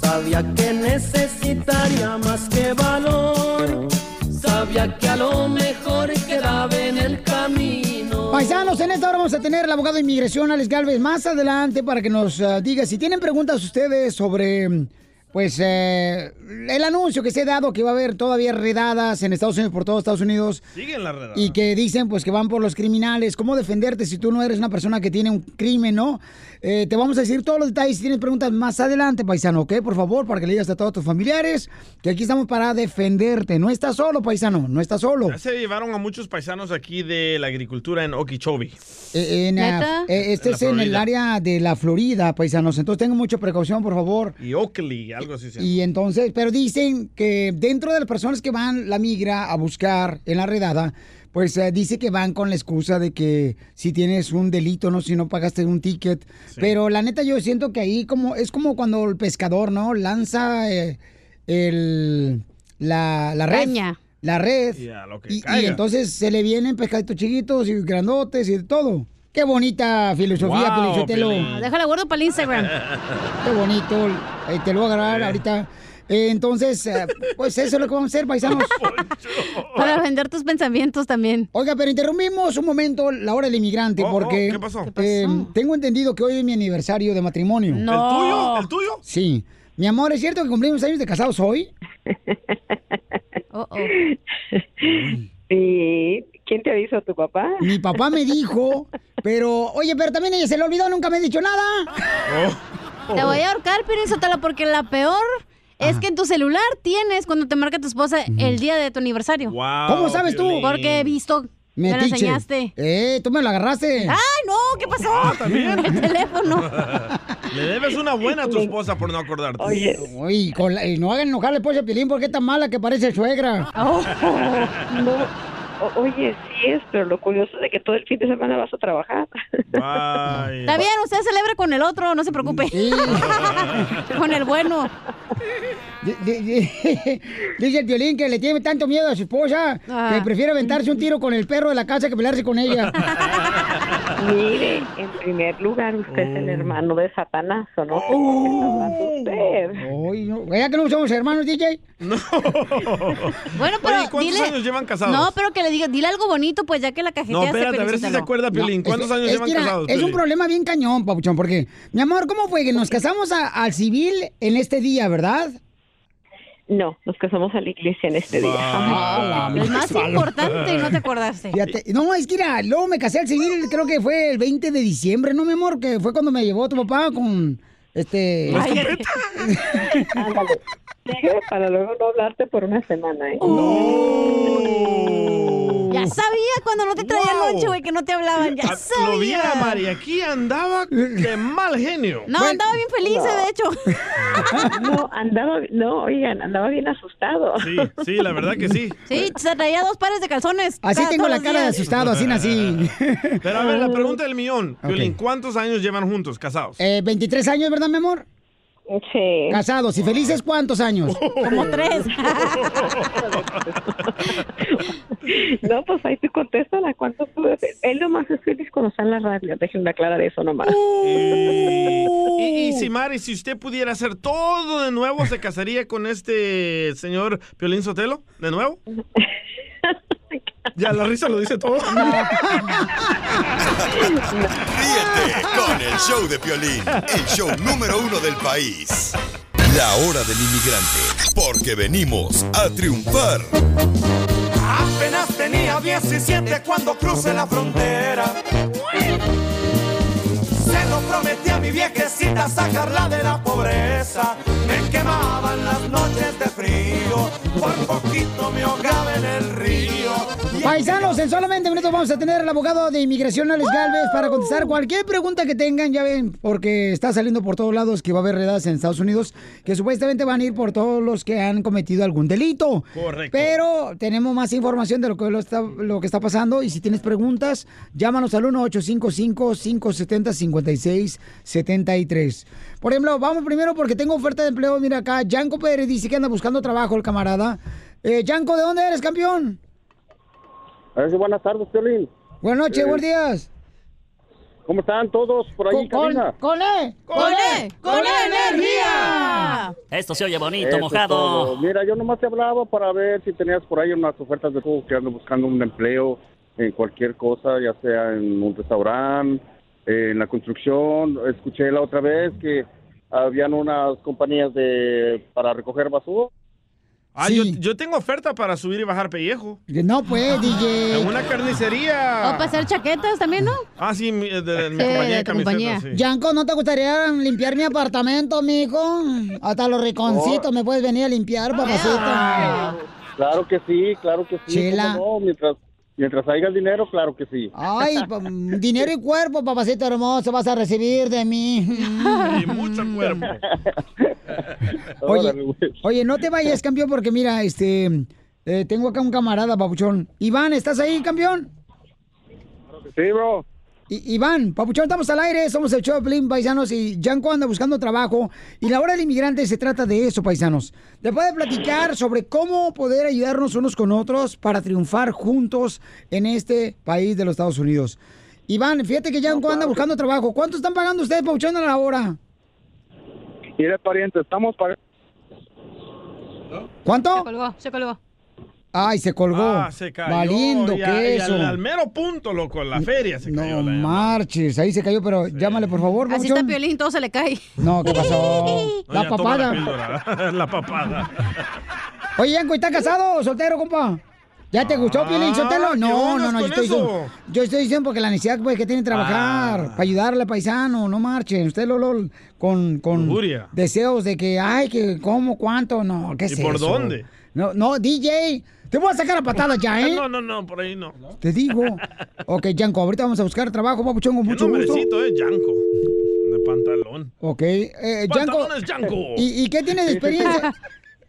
Speaker 3: sabía que necesitaría más que valor, sabía que a lo mejor quedaba en el camino.
Speaker 2: Paisanos, en esta hora vamos a tener al abogado de inmigración, Alex Galvez, más adelante para que nos ah, diga si tienen preguntas ustedes sobre, mm, pues, eh, el anuncio que se ha dado que va a haber todavía redadas en Estados Unidos, por todos Estados Unidos.
Speaker 4: Siguen la redada.
Speaker 2: Y que dicen, pues, que van por los criminales. ¿Cómo defenderte si tú no eres una persona que tiene un crimen, no? Eh, te vamos a decir todos los detalles. Si tienes preguntas más adelante, paisano, ¿ok? Por favor, para que le digas a todos tus familiares que aquí estamos para defenderte. No estás solo, paisano, no estás solo.
Speaker 4: Ya se llevaron a muchos paisanos aquí de la agricultura en Okeechobee.
Speaker 2: Eh, en, ah, eh, este
Speaker 4: En la
Speaker 2: es en el
Speaker 4: Florida.
Speaker 2: área de la Florida, paisanos. Entonces tengan mucha precaución, por favor.
Speaker 4: Y Oakley, algo así se llama.
Speaker 2: Y entonces, pero dicen que dentro de las personas que van la migra a buscar en la redada, pues eh, dice que van con la excusa de que si tienes un delito, ¿no? Si no pagaste un ticket. Pero la neta yo siento que ahí como es como cuando el pescador, ¿no? Lanza eh, el, la, la red.
Speaker 8: Caña.
Speaker 2: La red.
Speaker 4: Y a lo que
Speaker 2: Y, y
Speaker 4: caiga.
Speaker 2: entonces se le vienen pescaditos chiquitos y grandotes y de todo. Qué bonita filosofía,
Speaker 8: Wow,
Speaker 2: Pelichotelo.
Speaker 8: Piolín. Déjala guardo para el Instagram.
Speaker 2: Qué bonito. Eh, te lo voy a agarrar ahorita. Eh, entonces, eh, pues eso es lo que vamos a hacer,
Speaker 8: (laughs)
Speaker 2: paisanos.
Speaker 8: Para vender tus pensamientos también.
Speaker 2: Oiga, pero interrumpimos un momento la hora del inmigrante
Speaker 8: Oh, oh,
Speaker 2: porque
Speaker 8: ¿qué pasó? ¿Qué
Speaker 2: eh, tengo entendido que hoy es mi aniversario de matrimonio. ¿El
Speaker 8: No.
Speaker 2: tuyo? ¿El tuyo? Sí. Mi amor, ¿es cierto que cumplimos años de casados hoy?
Speaker 8: Oh,
Speaker 11: Sí. ¿Quién te avisó? ¿Tu papá?
Speaker 2: Mi papá me dijo, pero oye, pero también ella se le olvidó, nunca me ha dicho nada.
Speaker 8: Oh. Te voy a ahorcar, Piolín Sotelo, porque la peor
Speaker 2: Ah.
Speaker 8: es que en tu celular tienes cuando te marca tu esposa el día de tu aniversario.
Speaker 2: ¿Cómo sabes tú? Piolín.
Speaker 8: Porque he visto. Me, lo
Speaker 2: Metiche.
Speaker 8: enseñaste. Ah.
Speaker 2: Eh, tú me lo agarraste.
Speaker 8: ¡Ay, no! ¿Qué pasó?
Speaker 4: Ah,
Speaker 8: El teléfono.
Speaker 2: (laughs)
Speaker 4: Le debes una buena a tu esposa por no acordarte.
Speaker 2: Uy, con la- y no hagan enojar después a Piolín porque es tan mala que parece suegra.
Speaker 8: Oh.
Speaker 11: No. O- oye, sí es, pero lo curioso es de que todo el fin de semana vas a trabajar.
Speaker 8: Está bien, usted celebra con el otro, no se preocupe. (laughs) con el bueno.
Speaker 2: Di- di- (laughs) di- Dice el violín que le tiene tanto miedo a su esposa
Speaker 8: Ah.
Speaker 2: que prefiere aventarse un tiro con el perro de la casa que pelearse con ella.
Speaker 11: (laughs) Mire, en primer lugar, usted es
Speaker 2: Oh.
Speaker 11: el hermano de Satanás, ¿o no?
Speaker 2: Ay, no. ¿Verdad que no somos hermanos, DJ? No.
Speaker 8: Bueno, pero
Speaker 4: Oye, ¿cuántos
Speaker 8: dile...
Speaker 4: años llevan casados?
Speaker 8: No, pero que le diga, dile algo bonito, pues ya que la cajeteaste.
Speaker 4: No, espérate, a ver si se
Speaker 8: Piolinsotelo.
Speaker 4: acuerda, Piolín. ¿Cuántos años
Speaker 2: es
Speaker 4: llevan
Speaker 2: que era-
Speaker 4: casados?
Speaker 2: Es un
Speaker 4: Piolín?
Speaker 2: problema bien cañón, Papuchón, porque, mi amor, ¿cómo fue que nos casamos a- al civil en este día, verdad?
Speaker 11: No, nos casamos a la iglesia en este día.
Speaker 2: Ah, la
Speaker 8: El más
Speaker 2: madre.
Speaker 8: importante y no te acordaste.
Speaker 2: Fíjate, no, es que mira, luego me casé al civil, creo que fue el 20 de diciembre, ¿no, mi amor? Que fue cuando me llevó tu papá con, este...
Speaker 11: Ay, Ándale. Sigue (laughs) para luego no hablarte por una semana, ¿eh?
Speaker 8: Ya sabía cuando no te traían
Speaker 4: Wow.
Speaker 8: lonche, güey, que no te hablaban. Ya
Speaker 4: Ah,
Speaker 8: sabía.
Speaker 4: Lo viera, Mari, aquí andaba
Speaker 2: (laughs)
Speaker 4: de mal genio.
Speaker 8: No, andaba bien feliz,
Speaker 11: no.
Speaker 8: de hecho.
Speaker 11: (laughs) No, andaba, no, oigan, andaba bien asustado.
Speaker 4: Sí, sí, la verdad que sí.
Speaker 8: Sí, se traía dos pares de calzones.
Speaker 2: Así
Speaker 8: cada-
Speaker 2: tengo
Speaker 8: todos
Speaker 2: la
Speaker 8: los
Speaker 2: cara de
Speaker 8: días.
Speaker 2: asustado, así nací.
Speaker 4: Pero a ver, la pregunta
Speaker 2: (laughs)
Speaker 4: del millón. Piolín, ¿cuántos años llevan juntos, casados?
Speaker 2: Eh, 23 años, ¿verdad, mi amor?
Speaker 11: Sí.
Speaker 2: Casados y felices, ¿cuántos
Speaker 4: (laughs)
Speaker 2: años?
Speaker 8: Como tres.
Speaker 11: No, pues ahí tú contéstala. ¿Cuánto tú- Él nomás es feliz cuando está en la radio. Déjenme aclarar eso nomás.
Speaker 4: Y, y
Speaker 2: ¡Oh!
Speaker 4: si Mari, si usted pudiera hacer todo de nuevo, ¿se casaría con este señor Piolín Sotelo? ¿De nuevo? Ya, la risa lo dice
Speaker 2: (laughs)
Speaker 4: todo.
Speaker 9: Ríete con el show de Piolín, el show número uno del país. La hora del inmigrante, porque venimos a triunfar.
Speaker 18: Apenas tenía 17 cuando crucé la frontera. Se lo prometí a mi viejecita sacarla de la pobreza. Me quemaban las noches de frío, por poquito me ahogaba en el río.
Speaker 2: Paisanos, en solamente minutos vamos a tener al abogado de inmigración, Alex Galvez, para contestar cualquier pregunta que tengan, ya ven, porque está saliendo por todos lados que va a haber redadas en Estados Unidos, que supuestamente van a ir por todos los que han cometido algún delito.
Speaker 4: Correcto.
Speaker 2: Pero tenemos más información de lo que, lo está, lo que está pasando y si tienes preguntas, llámanos al 1-855-570-5673. Por ejemplo, vamos primero porque tengo oferta de empleo, mira acá, Yanko Pérez dice que anda buscando trabajo el camarada. Eh, Yanko, ¿de dónde eres, campeón?
Speaker 19: A ver si buenas tardes, Piolín.
Speaker 2: Buenas
Speaker 19: Eh,
Speaker 2: noches, buenos días.
Speaker 19: ¿Cómo están todos por ahí,
Speaker 2: Con,
Speaker 19: cabina?
Speaker 2: con E, con E, con E energía.
Speaker 20: Esto se oye bonito,
Speaker 19: Eso es todo.
Speaker 20: mojado.
Speaker 19: Mira, yo nomás te hablaba para ver si tenías por ahí unas ofertas de juego que ando buscando un empleo en cualquier cosa, ya sea en un restaurante, en la construcción. Escuché la otra vez que habían unas compañías de para recoger basura.
Speaker 4: Ah, yo, yo tengo oferta para subir y bajar pellejo. Ah,
Speaker 2: No pues, DJ.
Speaker 4: En una carnicería.
Speaker 8: O para hacer chaquetas también, ¿no?
Speaker 4: Ah, sí, mi, de, de mi
Speaker 8: Oh, pues, Sí, de
Speaker 4: compañía de
Speaker 8: tu
Speaker 4: camisetas, sí.
Speaker 2: Yanko, ¿no te gustaría limpiar mi apartamento, mijo? Hasta los rinconcitos me puedes venir a limpiar,
Speaker 8: Ah.
Speaker 2: papacito.
Speaker 19: Claro que sí, claro que sí.
Speaker 2: Chela.
Speaker 19: ¿cómo no? Mientras, mientras haya el dinero, claro que sí.
Speaker 8: (laughs)
Speaker 2: Ay, pa- dinero y cuerpo, papacito hermoso, vas a recibir de mí. (laughs)
Speaker 4: Y mucho cuerpo.
Speaker 2: Oye, oye, no te vayas, campeón, porque mira, este, Eh, tengo acá un camarada, papuchón. Iván, ¿estás ahí, campeón?
Speaker 19: Sí, bro.
Speaker 2: I- Iván, Papuchón, estamos al aire, somos el show de Pelín, paisanos, y Yanko anda buscando trabajo. Y la hora del inmigrante se trata de eso, paisanos. Le puede platicar sobre cómo poder ayudarnos unos con otros para triunfar juntos en este país de los Estados Unidos. Iván, fíjate que Yanko anda buscando trabajo. ¿Cuánto están pagando ustedes, Papuchón, a la hora?
Speaker 19: Mire, pariente, estamos pagando.
Speaker 2: ¿Cuánto?
Speaker 8: Se colgó, se colgó.
Speaker 2: Ay, se colgó.
Speaker 4: Ah, se cayó.
Speaker 2: Valiendo
Speaker 4: y a- y
Speaker 2: queso.
Speaker 4: al, al mero punto, loco, en la feria se cayó.
Speaker 2: No marches, ahí se cayó, pero llámale por favor,
Speaker 8: Así está
Speaker 2: Papuchón.
Speaker 8: Piolín, todo se le cae.
Speaker 2: No, ¿qué pasó?
Speaker 4: No,
Speaker 2: La
Speaker 4: ya toma
Speaker 2: papada.
Speaker 4: La, píldora, (laughs) la papada.
Speaker 2: Oye, Yanko, ¿estás casado o soltero, compa? ¿Ya te gustó, Piolín Sotelo?
Speaker 4: Ah, ¿qué
Speaker 2: No, no,
Speaker 4: ondas
Speaker 2: no, yo
Speaker 4: con
Speaker 2: estoy, diciendo,
Speaker 4: eso? Ah.
Speaker 2: yo estoy diciendo porque la necesidad pues, que tiene trabajar para ayudarle al paisano, no marchen. Usted, Lolo, con, con
Speaker 4: Lujuria.
Speaker 2: deseos de que, ay, que cómo, cuánto, no, qué
Speaker 4: ¿Y
Speaker 2: sé
Speaker 4: por dónde?
Speaker 2: No, no, DJ, te voy a sacar a patadas ya, ¿eh?
Speaker 4: (laughs) No, no, no, por ahí no.
Speaker 2: Te
Speaker 4: (laughs)
Speaker 2: digo. Ok, Yanko, ahorita vamos a buscar trabajo, papuchón, con mucho gusto.
Speaker 4: Nombrecito, eh, Yanko. De pantalón.
Speaker 2: Ok, eh, Yanko.
Speaker 4: Pantalones Yanko.
Speaker 2: ¿Y, y qué tienes de
Speaker 4: (laughs)
Speaker 2: experiencia?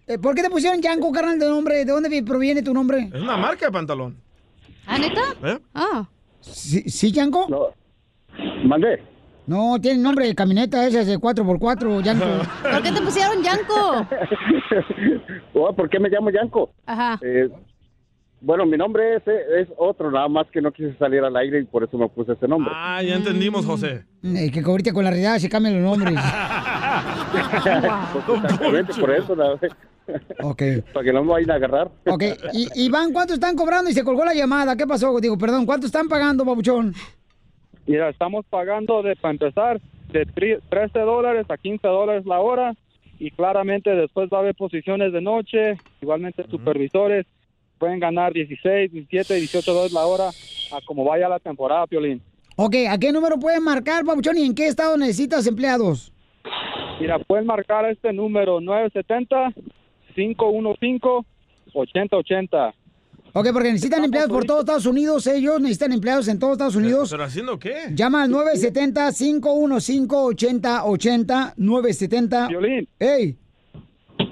Speaker 2: Eh, ¿Por qué te pusieron Yanko, carnal, de nombre? ¿De dónde vi- proviene tu nombre?
Speaker 4: Es una marca de pantalón.
Speaker 8: ¿Ah, neta?
Speaker 4: ¿Eh?
Speaker 8: Ah.
Speaker 2: ¿Sí, sí, Yanko?
Speaker 19: No. ¿Mandé?
Speaker 2: No, tiene nombre de camioneta esa es de 4x4, Yanko.
Speaker 8: ¿Por qué te pusieron (laughs) Yanko?
Speaker 19: (laughs) Oh, ¿Por qué me llamo Yanko?
Speaker 8: Ajá.
Speaker 19: Eh, bueno, mi nombre es, es otro, nada más que no quise salir al aire y por eso me puse ese nombre.
Speaker 4: Ah, ya entendimos, José.
Speaker 2: Eh, que ahorita con la realidad se cambian los
Speaker 4: (laughs)
Speaker 2: nombres.
Speaker 19: (laughs) Exactamente, por eso, nada más.
Speaker 2: (laughs) Ok.
Speaker 19: Para que no me vayan a agarrar.
Speaker 2: Ok, y, Iván, ¿cuánto están cobrando? Y se colgó la llamada. ¿Qué pasó? Digo, perdón, ¿cuánto están pagando, babuchón?
Speaker 20: Mira, estamos pagando de, para empezar de tri- 13 dólares a 15 dólares la hora y claramente después va a haber posiciones de noche, igualmente supervisores pueden ganar 16, 17, 18 dólares la hora a como vaya la temporada, Piolín.
Speaker 2: Ok, ¿a qué número pueden marcar, babuchón? ¿Y en qué estado necesitas empleados?
Speaker 20: Mira, pueden marcar este número 970-515-8080.
Speaker 2: Ok, porque necesitan empleados por todo Estados Unidos. Ellos necesitan empleados en todos Estados Unidos.
Speaker 4: ¿Pero haciendo qué?
Speaker 2: Llama al 970-515-8080. 970.
Speaker 20: Violín.
Speaker 2: ¡Ey!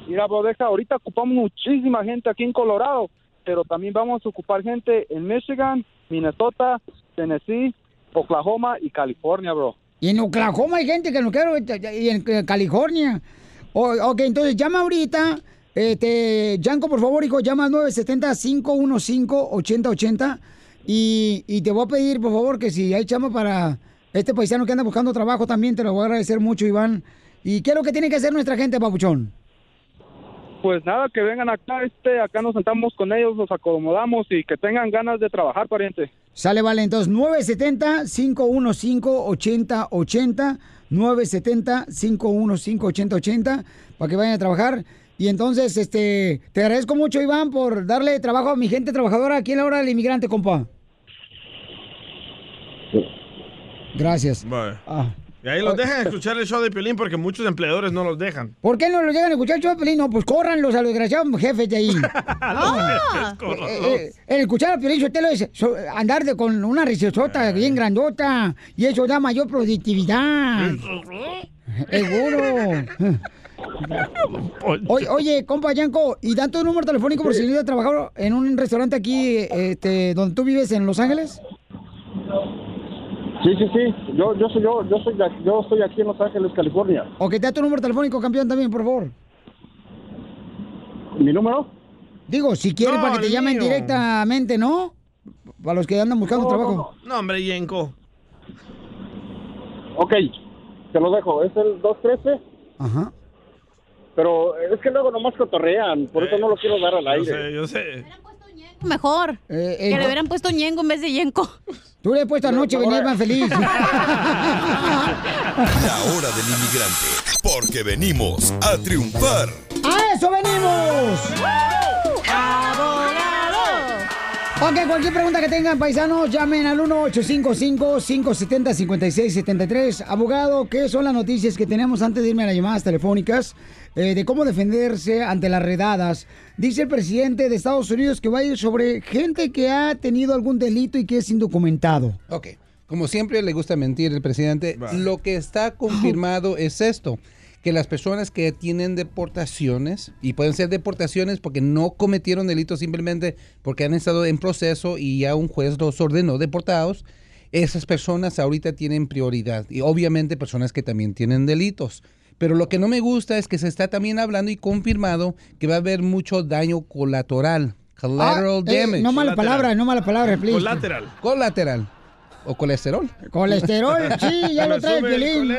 Speaker 20: Mira, bro, deja, ahorita ocupamos muchísima gente aquí en Colorado, pero también vamos a ocupar gente en Michigan, Minnesota, Tennessee, Oklahoma y California, bro.
Speaker 2: Y en Oklahoma hay gente que no quiero, y en eh, California. O- ok, entonces llama ahorita. Este, Yanko, por favor, hijo, llama al 970-515-8080. Y, y te voy a pedir, por favor, que si hay chama para este paisano que anda buscando trabajo también, te lo voy a agradecer mucho, Iván. ¿Y qué es lo que tiene que hacer nuestra gente, papuchón?
Speaker 20: Pues nada, que vengan acá, este, acá nos sentamos con ellos, nos acomodamos y que tengan ganas de trabajar, pariente.
Speaker 2: Sale, vale, entonces 970-515-8080, 970-515-8080, para que vayan a trabajar. Y entonces, este, te agradezco mucho, Iván, por darle trabajo a mi gente trabajadora aquí en la hora del inmigrante, compa. Gracias.
Speaker 4: Vale.
Speaker 2: Ah.
Speaker 4: Y ahí los dejan escuchar el show de Piolín porque muchos empleadores no los dejan.
Speaker 2: ¿Por qué no lo llegan a escuchar, Chopelín? No, pues córranlos a los desgraciados jefes de ahí.
Speaker 4: Ah.
Speaker 2: Eh, eh, el escuchar a Piolín Sotelo es so- andar de- con una risotota bien grandota y eso da mayor productividad.
Speaker 11: eh,
Speaker 2: Seguro. ¡Eh, Oye, oye, compa Yanko, ¿y dan tu número telefónico por si necesitas trabajar en un restaurante aquí este, donde tú vives en Los Ángeles?
Speaker 19: Sí, sí, sí. Yo, yo soy yo, yo soy de- yo estoy aquí en Los Ángeles, California.
Speaker 2: O que te da tu número telefónico, campeón, también, por favor.
Speaker 19: ¿Mi número?
Speaker 2: Digo, si quieres,
Speaker 4: No,
Speaker 2: para que te
Speaker 4: el
Speaker 2: llamen
Speaker 4: mío.
Speaker 2: directamente, ¿no? Para los que andan buscando trabajo.
Speaker 4: No, hombre, Yenko.
Speaker 19: Ok, te lo dejo. Es el 213.
Speaker 2: Ajá.
Speaker 19: Pero es que luego nomás cotorrean, por eso no lo quiero dar al aire.
Speaker 4: Eh, Yo sé.
Speaker 8: Mejor.
Speaker 2: eh,
Speaker 8: que le
Speaker 2: no.
Speaker 8: hubieran puesto Ñengo en vez de Yenko.
Speaker 2: Tú le he puesto anoche, venía más
Speaker 4: (laughs)
Speaker 2: feliz.
Speaker 9: La hora del inmigrante, porque venimos a triunfar.
Speaker 2: ¡A eso venimos! Ok, cualquier pregunta que tengan, paisanos, llamen al 1-855-570-5673. Abogado, ¿qué son las noticias que tenemos antes de irme a las llamadas telefónicas? eh, de cómo defenderse ante las redadas. Dice el presidente de Estados Unidos que va a ir sobre gente que ha tenido algún delito y que es
Speaker 8: (laughs)
Speaker 2: indocumentado.
Speaker 21: Ok. Como siempre le gusta mentir el presidente, lo que está confirmado es esto, que las personas que tienen deportaciones, y pueden ser deportaciones porque no cometieron delitos simplemente porque han estado en proceso y ya un juez los ordenó deportados, esas personas ahorita tienen prioridad. Y obviamente personas que también tienen delitos. Pero lo que no me gusta es que se está también hablando y confirmado que va a haber mucho daño colateral. Collateral
Speaker 2: Ah, eh,
Speaker 21: damage.
Speaker 2: no mala palabra, no mala palabra, please.
Speaker 21: Colateral. Colateral. O colesterol.
Speaker 2: (laughs) Colesterol, sí, ya lo trae el violín.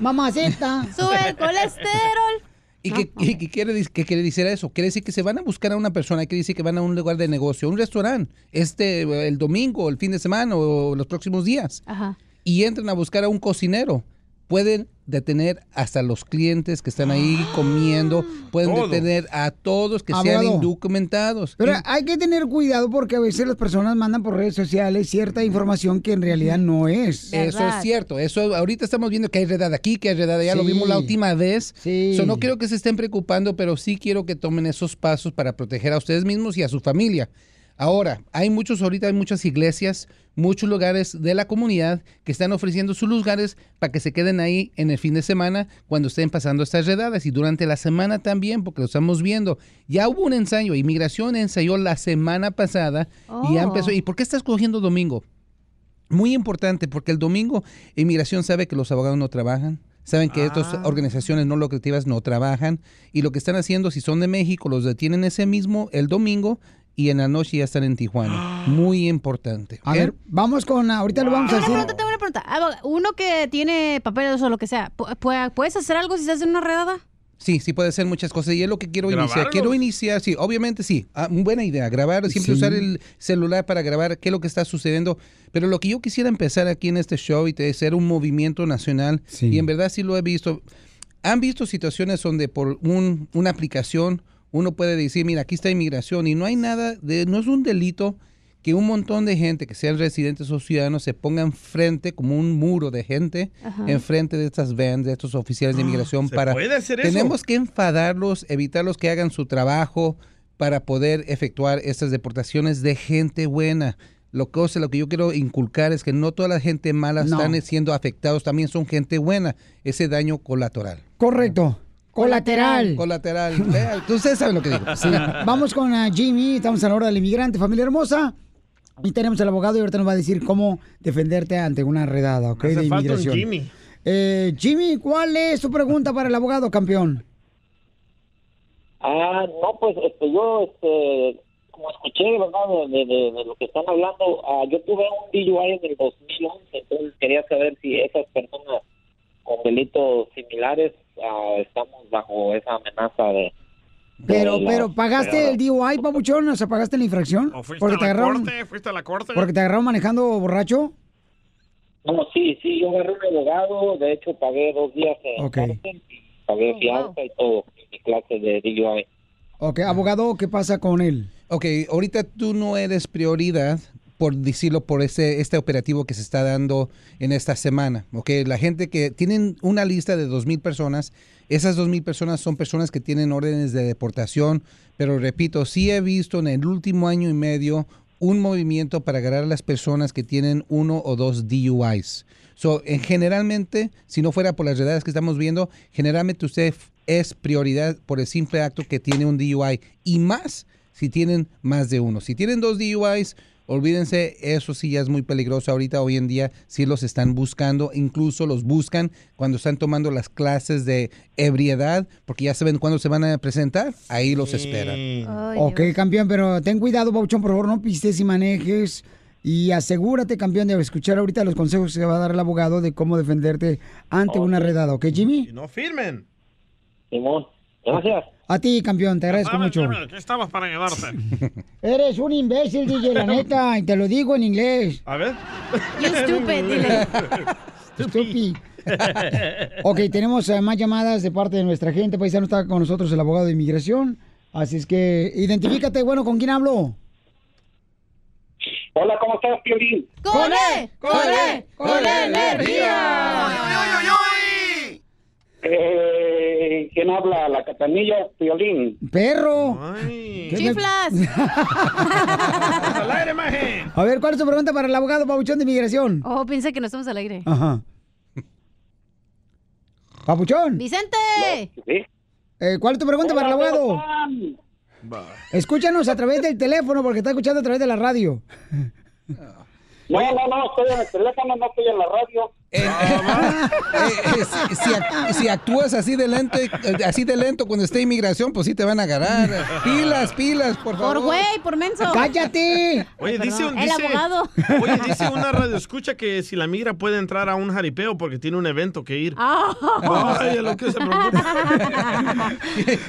Speaker 2: Mamacita.
Speaker 8: (laughs) Sube el colesterol.
Speaker 21: ¿Y qué, y qué quiere, dic- qué quiere decir eso? Quiere decir que se van a buscar a una persona, quiere decir que van a un lugar de negocio, un restaurante, este, el domingo, el fin de semana o los próximos días,
Speaker 8: Ajá.
Speaker 21: y entran a buscar a un cocinero. Pueden detener hasta los clientes que están ahí
Speaker 2: Ah.
Speaker 21: comiendo, pueden
Speaker 2: Todo.
Speaker 21: detener a todos que
Speaker 2: Abogado.
Speaker 21: sean indocumentados.
Speaker 2: Pero
Speaker 21: Y-
Speaker 2: hay que tener cuidado porque a veces las personas mandan por redes sociales cierta información que en realidad no es.
Speaker 21: Eso es cierto. Eso ahorita estamos viendo que hay redada aquí, que hay redada allá. Lo
Speaker 2: Sí.
Speaker 21: vimos la última vez.
Speaker 2: Sí.
Speaker 21: So, no quiero que se estén preocupando, pero sí quiero que tomen esos pasos para proteger a ustedes mismos y a su familia. Ahora, hay muchos ahorita, hay muchas iglesias, muchos lugares de la comunidad que están ofreciendo sus lugares para que se queden ahí en el fin de semana cuando estén pasando estas redadas y durante la semana también, porque lo estamos viendo. Ya hubo un ensayo, inmigración ensayó la semana pasada y ya
Speaker 7: Oh.
Speaker 21: empezó. ¿Y por qué estás cogiendo domingo? Muy importante, porque el domingo inmigración sabe que los abogados no trabajan, saben que estas organizaciones no lucrativas no trabajan, y lo que están haciendo, si son de México, los detienen ese mismo el domingo y en la noche ya están en Tijuana. Muy importante. ¿Eh?
Speaker 2: A ver, vamos con, ahorita lo vamos a hacer.
Speaker 8: Tengo una pregunta. Aboga- Uno que tiene papeles o lo que sea, ¿pu- pu- ¿puedes hacer algo si estás en una redada?
Speaker 21: Sí, sí puede ser muchas cosas y es lo que quiero
Speaker 22: Grabarlos.
Speaker 21: iniciar. Quiero iniciar, sí, obviamente sí. Ah, buena idea, grabar, siempre
Speaker 22: Sí.
Speaker 21: usar el celular para grabar qué es lo que está sucediendo. Pero lo que yo quisiera empezar aquí en este show y te- ser un movimiento nacional, y en verdad sí lo he visto. Han visto situaciones donde por un- una aplicación uno puede decir, mira, aquí está inmigración y no hay nada, de, no es un delito que un montón de gente, que sean residentes o ciudadanos, se ponga enfrente como un muro de gente,
Speaker 4: Ajá.
Speaker 21: enfrente de estas vans, de estos oficiales de inmigración
Speaker 4: ¿Se
Speaker 21: para
Speaker 4: puede hacer eso?
Speaker 21: tenemos que enfadarlos, evitarlos que hagan su trabajo para poder efectuar estas deportaciones de gente buena. Lo que, lo que yo quiero inculcar es que no toda la gente mala
Speaker 2: No.
Speaker 21: están siendo afectados, también son gente buena. Ese daño
Speaker 2: (laughs)
Speaker 21: colateral.
Speaker 2: Correcto. Colateral.
Speaker 21: Colateral.
Speaker 2: (laughs)
Speaker 21: Vea, tú- Ustedes saben lo que digo.
Speaker 2: Sí. Vamos con ah, Jimmy, estamos a la hora del inmigrante, familia hermosa. Y tenemos al abogado y ahorita nos va a decir cómo defenderte ante una redada, ¿ok?
Speaker 4: Me hace
Speaker 2: de
Speaker 4: falta un
Speaker 2: inmigración.
Speaker 4: Jimmy.
Speaker 2: Eh, Jimmy, ¿cuál es tu pregunta para el abogado, campeón?
Speaker 23: Ah, no, pues este, yo, este, como escuché, ¿verdad? De, de- de- de lo que están hablando, ah, yo tuve un DUI en el 2011, entonces quería saber si esas personas con delitos similares ah, estamos bajo esa amenaza de...
Speaker 2: Pero,
Speaker 23: de la-
Speaker 2: pero,
Speaker 23: de
Speaker 2: ¿pagaste
Speaker 23: la-
Speaker 2: el DUI, papuchón? O sea, ¿pagaste la infracción?
Speaker 23: ¿O fuiste
Speaker 2: Porque
Speaker 23: a
Speaker 2: te
Speaker 23: la
Speaker 2: agarraron,
Speaker 23: corte?
Speaker 4: ¿Fuiste a la corte?
Speaker 2: porque te agarraron manejando borracho.
Speaker 23: No, sí, sí, yo agarré un abogado, de hecho pagué dos días en
Speaker 2: Ok.
Speaker 23: cárcel, pagué fianza y
Speaker 10: Oh,
Speaker 23: todo, mi clase de DUI.
Speaker 2: Ok, abogado, ¿qué pasa con él?
Speaker 21: Ok, ahorita tú no eres prioridad por decirlo por ese este operativo que se está dando en esta semana, ¿ok? La gente que tienen una lista de 2000 personas, esas 2000 personas son personas que tienen órdenes de deportación, pero repito, sí he visto en el último año y medio un movimiento para agarrar a las personas que tienen uno o dos DUIs. So, en generalmente, si no fuera por las redadas que estamos viendo, generalmente usted f- es prioridad por el simple acto que tiene un DUI y más si tienen más de uno. Si tienen dos DUIs, olvídense, eso sí ya es muy peligroso ahorita, hoy en día, si los están buscando, incluso los buscan cuando están tomando las clases de ebriedad, porque ya saben cuándo se van a presentar, ahí los esperan.
Speaker 2: ok, campeón, pero ten cuidado, Pauchón, por favor, no pistes y manejes. Y asegúrate, campeón, de escuchar ahorita los consejos que va a dar el abogado de cómo defenderte ante una redada, ¿ok, Jimmy?
Speaker 4: No firmen.
Speaker 23: Simón, gracias.
Speaker 2: A ti, campeón, te agradezco
Speaker 4: Sabes,
Speaker 2: mucho.
Speaker 4: Jimmy, Aquí estamos para ayudarte.
Speaker 2: (laughs) Eres un imbécil, DJ, la neta, y te lo digo en inglés.
Speaker 4: A ver.
Speaker 8: You stupid, dile.
Speaker 2: Stupi. Ok, tenemos eh, más llamadas de parte de nuestra gente. Paisano está con nosotros el abogado de inmigración. Así es que identifícate, bueno, ¿con quién hablo?
Speaker 23: Hola, ¿cómo estás, Piolín?
Speaker 2: ¡Con él!
Speaker 18: ¡Con él! ¡Con
Speaker 10: E
Speaker 18: energía!
Speaker 23: Eh, ¿Quién habla? La Catanilla, Piolín.
Speaker 2: ¡Perro! ¿Qué me-
Speaker 8: ¡Chiflas!
Speaker 2: (laughs) A ver, ¿cuál es tu pregunta para el abogado Pabuchón de inmigración?
Speaker 8: Oh, piensa que no estamos al aire.
Speaker 2: Ajá. Papuchón.
Speaker 8: Vicente.
Speaker 2: Eh, ¿Cuál es tu pregunta para el abogado? Escúchanos a través del teléfono porque está escuchando a través de la radio.
Speaker 10: No, no, no, estoy en el teléfono, no estoy en la radio.
Speaker 21: Eh, si, si ac- si actúas así de lento, eh, así de lento cuando esté inmigración, pues sí te van a agarrar. Pilas, pilas, por favor.
Speaker 8: Por güey, por menso.
Speaker 2: ¡Cállate!
Speaker 4: Oye, dice un-
Speaker 8: El
Speaker 4: dice-
Speaker 8: abogado.
Speaker 21: (laughs)
Speaker 4: (laughs) Oye, dice una radio escucha que si la migra puede entrar a un jaripeo porque tiene un evento que ir.
Speaker 8: Ah.
Speaker 4: Ay, a lo que se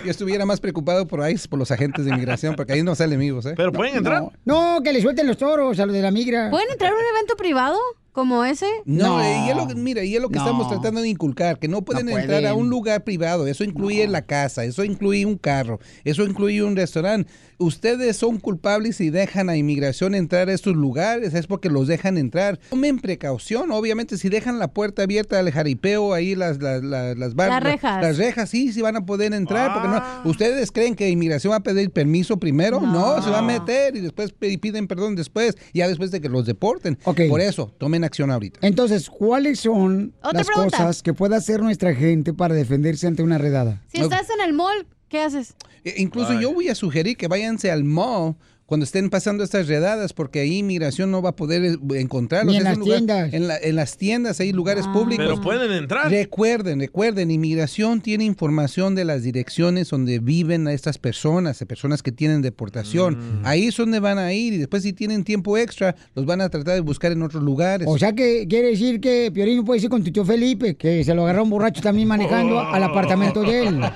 Speaker 21: Yo estuviera más preocupado por ICE, por los agentes de inmigración, porque ahí no salen vivos, ¿eh?
Speaker 4: Pero
Speaker 21: pueden
Speaker 4: entrar?
Speaker 2: No, que le suelten los toros a los de la migra.
Speaker 8: ¿Pueden entrar a un evento privado como ese?
Speaker 21: No, eh, y es lo, que- mira, y es lo que
Speaker 8: No.
Speaker 21: estamos tratando de inculcar, que no pueden
Speaker 8: No
Speaker 21: entrar a
Speaker 8: pueden.
Speaker 21: un lugar privado. Eso incluye la casa, eso incluye un carro, eso incluye un restaurante. Ustedes son culpables si dejan a inmigración entrar a estos lugares, es porque los dejan entrar. Tomen precaución, obviamente, si dejan la puerta abierta al jaripeo, ahí las, las, las, las bar-
Speaker 8: Las rejas. Ah.
Speaker 21: Las rejas, sí, sí van a poder entrar, porque no. ¿Ustedes creen que inmigración va a pedir permiso primero? No, se va a meter y después pe- piden perdón después, ya después de que los deporten. Por eso, tomen acción ahorita.
Speaker 2: Entonces, ¿cuáles son
Speaker 8: Otra
Speaker 2: las
Speaker 8: pregunta.
Speaker 2: cosas que puede hacer nuestra gente para defenderse ante una redada?
Speaker 8: Si estás en el mall, ¿qué haces?
Speaker 21: E- Incluso
Speaker 8: Ay.
Speaker 21: yo voy a sugerir que váyanse al mall cuando estén pasando estas redadas, porque ahí inmigración no va a poder eh, encontrarlos.
Speaker 4: Ni en
Speaker 21: Es
Speaker 4: las
Speaker 21: un lugar-
Speaker 4: tiendas.
Speaker 21: En, la- en las tiendas, hay lugares
Speaker 8: Ah.
Speaker 21: públicos.
Speaker 4: Pero pueden entrar.
Speaker 21: Recuerden, recuerden, inmigración tiene información de las direcciones donde viven a estas personas, de personas que tienen
Speaker 4: Mm.
Speaker 21: deportación. Ahí es donde van a ir y después si tienen tiempo extra, los van a tratar de buscar en otros lugares.
Speaker 2: O sea que quiere decir que Piolín no puede decir con Tito Felipe, que se lo agarró un borracho también manejando al apartamento de él.
Speaker 21: Oh.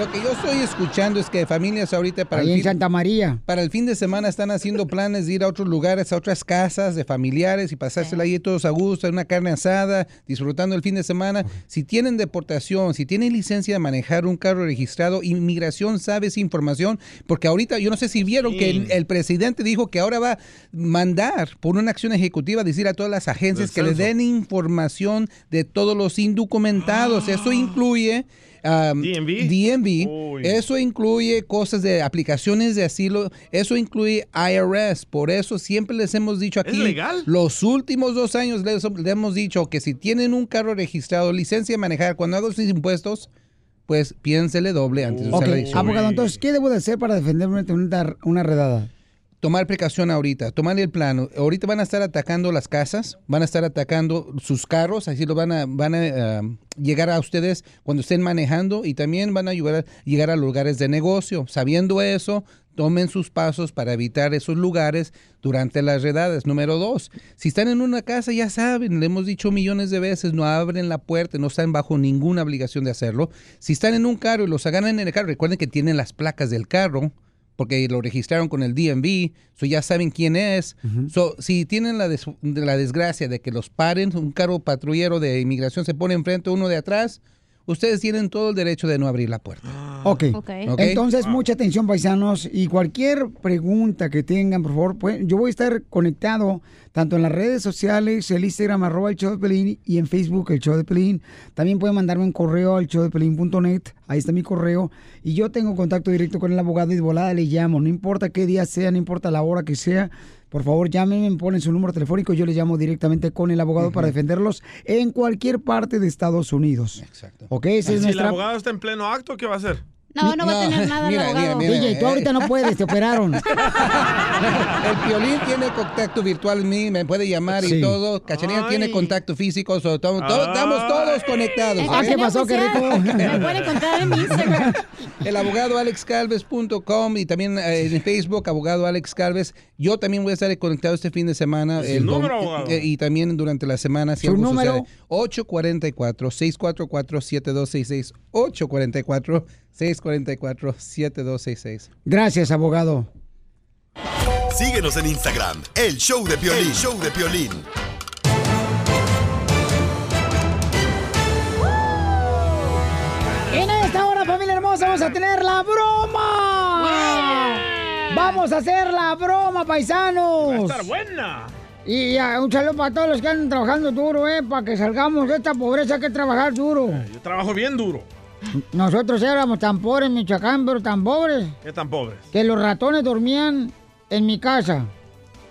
Speaker 21: Lo que yo estoy escuchando es que familias ahorita (laughs) para
Speaker 2: Ahí en
Speaker 21: fin-
Speaker 2: Santa María.
Speaker 21: Para el fin de semana están haciendo planes de ir a otros lugares, a otras casas de familiares y pasársela ahí todos a gusto, una carne asada, disfrutando el fin de semana. Si tienen deportación, si tienen licencia de manejar un carro registrado, inmigración sabe esa información, porque ahorita yo no sé si vieron que el, el presidente dijo que ahora va a mandar por una acción ejecutiva decir a todas las
Speaker 1: Del
Speaker 21: agencias que le
Speaker 1: censo.
Speaker 21: den información de todos los indocumentados. Eso incluye um, DMV, eso incluye cosas de aplicaciones de asilo, eso incluye IRS. Por eso siempre les hemos dicho aquí,
Speaker 4: legal?
Speaker 21: los últimos dos años les, les hemos dicho que si tienen un carro registrado, licencia de manejar, cuando hago sus impuestos, pues piénsele doble antes de
Speaker 2: Ok,
Speaker 21: usar la dirección.
Speaker 2: abogado, entonces, ¿qué debo de hacer para defenderme ante una, una redada?
Speaker 21: Tomar precaución ahorita, tomar el plano. Ahorita van a estar atacando las casas, van a estar atacando sus carros, así lo van a, van a um, llegar a ustedes cuando estén manejando y también van a ayudar a llegar a lugares de negocio. Sabiendo eso, tomen sus pasos para evitar esos lugares durante las redadas. Número dos, si están en una casa, ya saben, le hemos dicho millones de veces, no abren la puerta, no están bajo ninguna obligación de hacerlo. Si están en un carro y los agarran en el carro, recuerden que tienen las placas del carro porque lo registraron con el DMV, so ya saben quién es. So, si tienen la, des- de la desgracia de que los paren, un carro patrullero de inmigración se pone enfrente uno de atrás, ustedes tienen todo el derecho de no abrir la puerta.
Speaker 2: Ok.
Speaker 21: Ok.
Speaker 2: Entonces,
Speaker 21: Ah.
Speaker 2: mucha atención, paisanos. Y cualquier pregunta que tengan, por favor, pues, yo voy a estar conectado tanto en las redes sociales, el Instagram, arroba el show de Pelín, y en Facebook, el show de Pelín. También pueden mandarme un correo al showdepiolín.net. Ahí está mi correo. Y yo tengo contacto directo con el abogado y de volada le llamo. No importa qué día sea, no importa la hora que sea. Por favor, llámenme, ponen su número telefónico. Yo les llamo directamente con el abogado para defenderlos en cualquier parte de Estados Unidos. Exacto. Ok,
Speaker 4: Y
Speaker 2: esa es
Speaker 4: si el
Speaker 2: nuestra
Speaker 4: abogado está en pleno acto, ¿qué va a hacer?
Speaker 8: No, no va a tener nada el
Speaker 21: mira,
Speaker 8: abogado.
Speaker 21: mira, eh. mira,
Speaker 2: DJ, tú ahorita no puedes, te
Speaker 21: (laughs)
Speaker 2: operaron.
Speaker 21: El violín tiene contacto virtual, me me puede llamar
Speaker 2: Sí.
Speaker 21: y todo. Cachanilla tiene contacto físico, so, to- to-
Speaker 2: Ay.
Speaker 21: estamos todos conectados.
Speaker 2: Ah, ¿qué pasó? Qué rico.
Speaker 8: (laughs)
Speaker 2: Me pueden
Speaker 8: encontrar en Instagram.
Speaker 21: El abogado alexcalves.com y también eh, en Facebook, abogado Alex Calves. Yo también voy a estar conectado este fin de semana.
Speaker 4: Su
Speaker 21: dom-
Speaker 4: número, abogado.
Speaker 21: eh, Y también durante la semana, si
Speaker 4: Su
Speaker 21: algo
Speaker 4: número.
Speaker 21: sucede. 844-644-7266. 844-644-7266.
Speaker 2: Gracias, abogado.
Speaker 9: Síguenos en Instagram, el show de Piolín. El show de Piolín.
Speaker 2: En esta hora, familia hermosa, vamos a tener la broma. Vamos a hacer la broma, paisanos.
Speaker 4: Va a estar buena.
Speaker 2: Y ya, un saludo para todos los que andan trabajando duro, eh, para que salgamos de esta pobreza hay que trabajar duro.
Speaker 4: Yo trabajo bien duro.
Speaker 2: Nosotros éramos tan pobres en Michoacán, pero tan pobres,
Speaker 4: ¿Qué tan pobres?
Speaker 2: que los ratones dormían en mi casa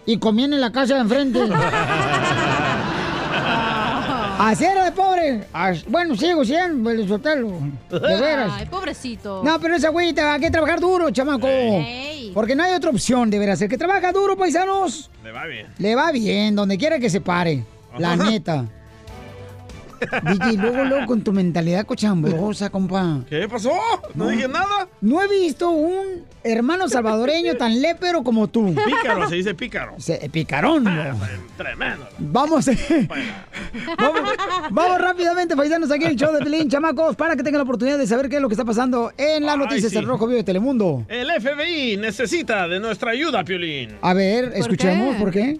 Speaker 2: y comían en la casa de enfrente. (laughs) Así era de pobre. As- Bueno, sigo siendo, el sotelo. De veras.
Speaker 8: Ay, pobrecito.
Speaker 2: No, pero esa agüita, hay que trabajar duro, chamaco.
Speaker 8: Ey.
Speaker 2: Porque no hay otra opción, de veras. El que trabaja duro, paisanos,
Speaker 4: Le va bien.
Speaker 2: le va bien, donde quiera que se pare. La
Speaker 4: Ajá. (laughs)
Speaker 2: neta. DJ, luego, luego, con tu mentalidad cochambrosa, compa.
Speaker 4: ¿Qué pasó? (laughs) No, dije nada.
Speaker 2: No he visto un hermano salvadoreño tan lépero como tú.
Speaker 4: Pícaro, se dice pícaro. Ah, pues,
Speaker 2: Se- picarón. ¿no?
Speaker 4: Tremendo.
Speaker 2: Vamos, eh. vamos, vamos rápidamente, paisanos, aquí en el show de Pelín, chamacos, para que tengan la oportunidad de saber qué es lo que está pasando en las
Speaker 4: Ay,
Speaker 2: noticias
Speaker 4: sí.
Speaker 2: del Rojo Vivo de Telemundo.
Speaker 4: El FBI necesita de nuestra ayuda, Piolín.
Speaker 2: A ver, escuchemos por qué.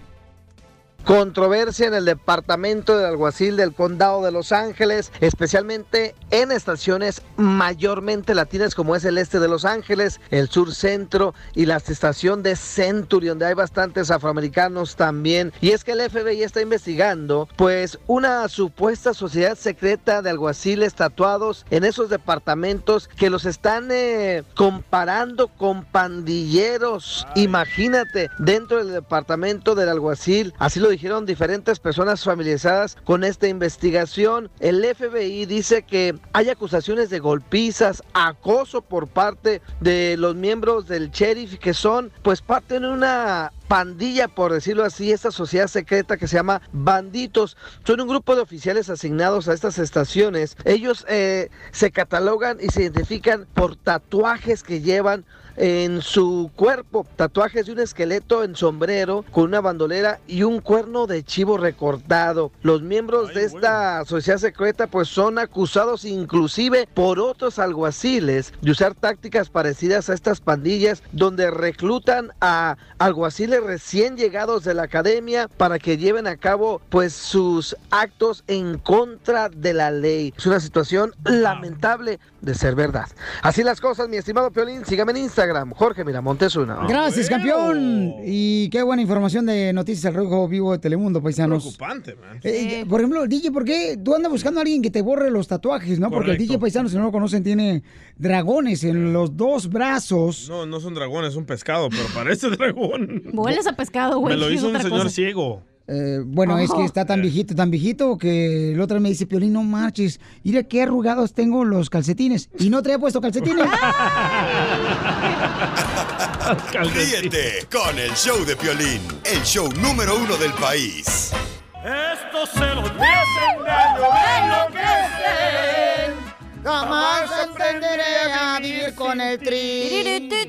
Speaker 5: Controversia en el departamento del alguacil del condado de Los Ángeles, especialmente en estaciones mayormente latinas como es el este de Los Ángeles, el sur centro y la estación de Century, donde hay bastantes afroamericanos también. Y es que el FBI está investigando, pues, una supuesta sociedad secreta de alguaciles tatuados en esos departamentos que los están eh, comparando con pandilleros. Imagínate, dentro del departamento del alguacil, así lo dijeron diferentes personas familiarizadas con esta investigación. El FBI dice que hay acusaciones de golpizas, acoso por parte de los miembros del sheriff que son pues parte de una pandilla, por decirlo así, esta sociedad secreta que se llama Banditos. Son un grupo de oficiales asignados a estas estaciones. Ellos eh, se catalogan y se identifican por tatuajes que llevan en su cuerpo, tatuajes de un esqueleto en sombrero con una bandolera y un cuerno de chivo recortado. Los miembros de esta sociedad secreta pues son acusados inclusive por otros alguaciles de usar tácticas parecidas a estas pandillas donde reclutan a alguaciles recién llegados de la academia para que lleven a cabo pues sus actos en contra de la ley. Es una situación lamentable de ser verdad. Así las cosas, mi estimado Piolín, sígame en Instagram, Jorge Miramontes uno.
Speaker 2: Gracias, campeón. Y qué buena información de Noticias del Rojo Vivo de Telemundo, paisanos.
Speaker 4: Preocupante, man.
Speaker 2: Eh, Por ejemplo, el DJ, ¿por qué tú andas buscando a alguien que te borre los tatuajes, no? Porque el
Speaker 4: Correcto.
Speaker 2: DJ paisano, si no lo conocen, tiene dragones en los dos brazos.
Speaker 4: No, no son dragones, es un pescado, pero parece (laughs) dragón.
Speaker 8: Hueles a pescado, (laughs) güey.
Speaker 4: Me lo
Speaker 8: es
Speaker 4: hizo un
Speaker 8: otra
Speaker 4: señor
Speaker 8: cosa.
Speaker 4: ciego.
Speaker 2: Eh, bueno, es que
Speaker 8: Ajá.
Speaker 2: está tan viejito, tan viejito, que el otro me dice, Piolín, no marches. Mira qué arrugados tengo los calcetines. Y no te he puesto
Speaker 8: (laughs)
Speaker 2: calcetines.
Speaker 8: Ah.
Speaker 9: Ríete con el show de Piolín, el show número uno del país.
Speaker 18: Esto se lo dicen gallo, enloquecen.
Speaker 2: Jamás entenderé a vivir con el tri. (laughs)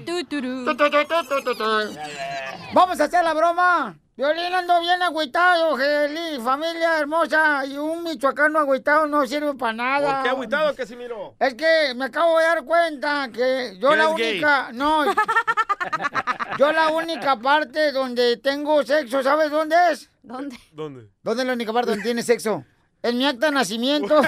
Speaker 2: Vamos a hacer la broma. Violín ando bien agüitado, Geli, familia hermosa. Y un michoacano agüitado no sirve para nada.
Speaker 4: ¿Por qué agüitado, Casimiro?
Speaker 2: Es que me acabo de dar cuenta que yo
Speaker 4: Que
Speaker 2: la
Speaker 4: eres gay.
Speaker 2: única.
Speaker 4: (laughs)
Speaker 2: No. yo la única parte donde tengo sexo, ¿sabes dónde es?
Speaker 8: ¿Dónde?
Speaker 4: ¿Dónde?
Speaker 2: ¿Dónde es la única parte donde tiene sexo? En mi acta de
Speaker 4: (laughs)
Speaker 2: nacimiento.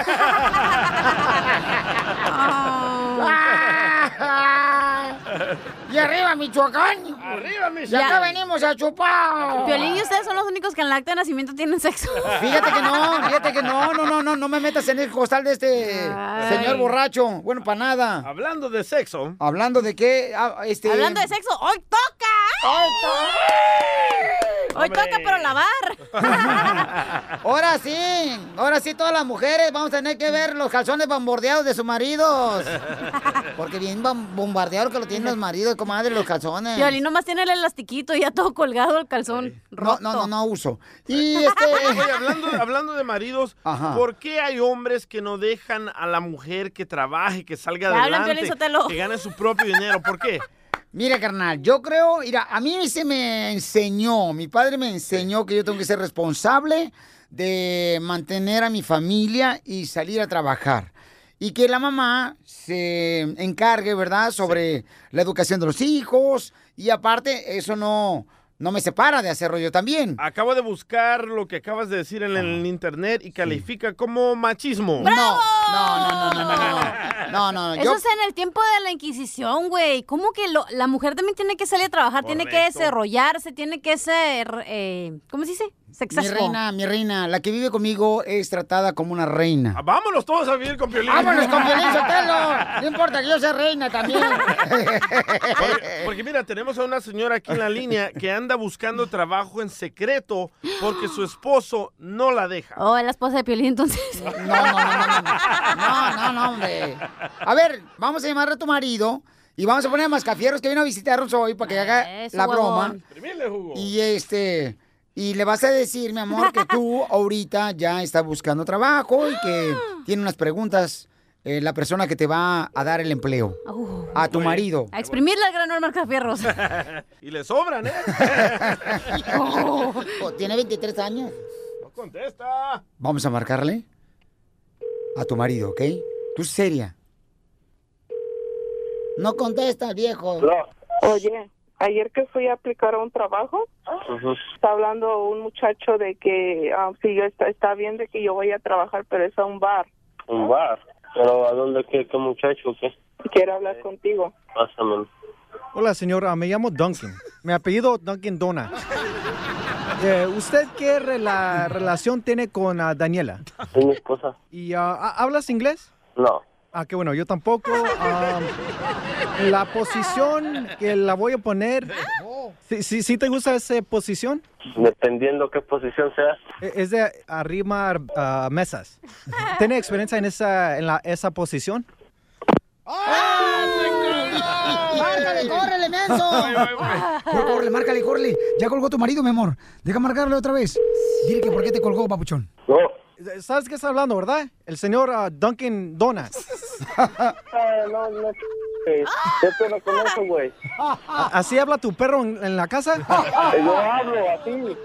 Speaker 2: y arriba, Michoacán.
Speaker 4: Arriba,
Speaker 2: Y acá venimos a chupar.
Speaker 8: Piolín y ustedes son los únicos que en el acta de nacimiento tienen sexo.
Speaker 2: Fíjate que no, fíjate que no, no, no, no, no me metas en el costal de este
Speaker 8: Ay.
Speaker 2: señor borracho. Bueno, para nada.
Speaker 4: Hablando de sexo.
Speaker 2: Hablando de qué, Ah, este.
Speaker 8: Hablando de sexo, hoy toca.
Speaker 2: Hoy
Speaker 8: toca. Hoy toca, pero lavar.
Speaker 2: Ahora sí, ahora sí todas las mujeres vamos a tener que ver los calzones bombardeados de sus maridos. Porque bien bam- bombardeado que lo tienen los maridos, comadre, los calzones.
Speaker 8: Piolín nomás tiene el elastiquito y ya todo colgado el calzón.
Speaker 2: No, no, no, no uso. Y
Speaker 8: (laughs)
Speaker 4: Oye,
Speaker 2: este.
Speaker 4: hablando, hablando de maridos,
Speaker 2: Ajá.
Speaker 4: ¿por qué hay hombres que no dejan a la mujer que trabaje, que salga
Speaker 2: Te hablan,
Speaker 4: adelante,
Speaker 2: Piolín Sotelo.
Speaker 4: que gane su propio dinero? ¿Por qué?
Speaker 2: Mira, carnal, yo creo, mira, a mí se me enseñó, mi padre me enseñó que yo tengo que ser responsable de mantener a mi familia y salir a trabajar. Y que la mamá se encargue, ¿verdad?, sobre la educación de los hijos. Y aparte, eso no, no me separa de hacerlo (laughs) yo también.
Speaker 4: Acabo de buscar lo que acabas de decir en el internet y califica como machismo.
Speaker 2: No, no, no, no, no, no, no. No, no,
Speaker 8: Eso
Speaker 2: yo-
Speaker 8: es en el tiempo de la Inquisición, güey. ¿Cómo que lo- la mujer también tiene que salir a trabajar? Tiene que
Speaker 2: Correcto.
Speaker 8: desarrollarse, tiene que ser... eh, ¿Cómo se dice?
Speaker 2: Mi
Speaker 8: Sexasco.
Speaker 2: reina, mi reina, la que vive conmigo es tratada como una reina.
Speaker 4: Vámonos todos a vivir con Piolín.
Speaker 2: Vámonos Ah, con Piolín
Speaker 4: (laughs)
Speaker 2: Sotelo. No importa que yo sea reina también.
Speaker 4: Porque, porque mira, tenemos a una señora aquí en la línea que anda buscando trabajo en secreto porque su esposo no la deja.
Speaker 8: Oh, es la esposa de Piolín, entonces. No,
Speaker 2: no, No, no, no, hombre. (laughs) A ver, vamos a llamar a tu marido y vamos a poner a Mascafierros que vino a visitarnos hoy para que haga
Speaker 8: Eso,
Speaker 2: la broma.
Speaker 8: huevón.
Speaker 2: Y este, y le vas a decir, mi amor, que tú ahorita ya estás buscando trabajo y (gasps) que tiene unas preguntas eh, la persona que te va a dar el empleo.
Speaker 8: Uh.
Speaker 2: A tu marido.
Speaker 8: A exprimirle al gran Omar Fierros.
Speaker 4: (laughs) Y le
Speaker 8: (laughs)
Speaker 4: sobran, ¿eh?
Speaker 2: (laughs) Oh, Tiene 23 años.
Speaker 4: No contesta.
Speaker 2: Vamos a marcarle a tu marido, ¿ok? Tú seria. No contesta, viejo.
Speaker 11: Oye, ayer que fui a aplicar a un trabajo, está hablando un muchacho de que ah, sí, yo está, (laughs) está bien de que yo voy a trabajar, pero es a un bar.
Speaker 1: Un bar. Pero ¿a dónde qué, qué muchacho o qué?
Speaker 11: Quiero hablar contigo.
Speaker 1: Pásame.
Speaker 7: Hola, señora. Me llamo Duncan. Mi apellido Duncan Dona. Eh, ¿Usted qué rela- relación tiene con ah, Daniela?
Speaker 1: Es mi esposa.
Speaker 7: ¿Y ah, ha- hablas inglés?
Speaker 1: No.
Speaker 7: Ah, qué bueno, yo tampoco. Ah, la posición que la voy a poner. ¿Sí, sí, sí te gusta esa posición?
Speaker 1: Dependiendo qué posición sea.
Speaker 7: E- Es de arrimar ah, mesas. ¿Tiene experiencia en esa, en la, esa posición?
Speaker 2: ¡Márcale, córrele, menso! Córrele, márcale, córrele. Ya colgó tu marido, mi amor. Deja marcarle otra vez. Dile que por qué te colgó, papuchón.
Speaker 7: ¿Sabes qué está hablando, verdad? El señor ah, Duncan Dona.
Speaker 2: (laughs)
Speaker 1: No, Ah, no, no. Eh, güey. ¿Qué pedo con eso, güey?
Speaker 7: ¿A- ¿Así habla tu perro en, en la casa?
Speaker 1: Yo hablo así.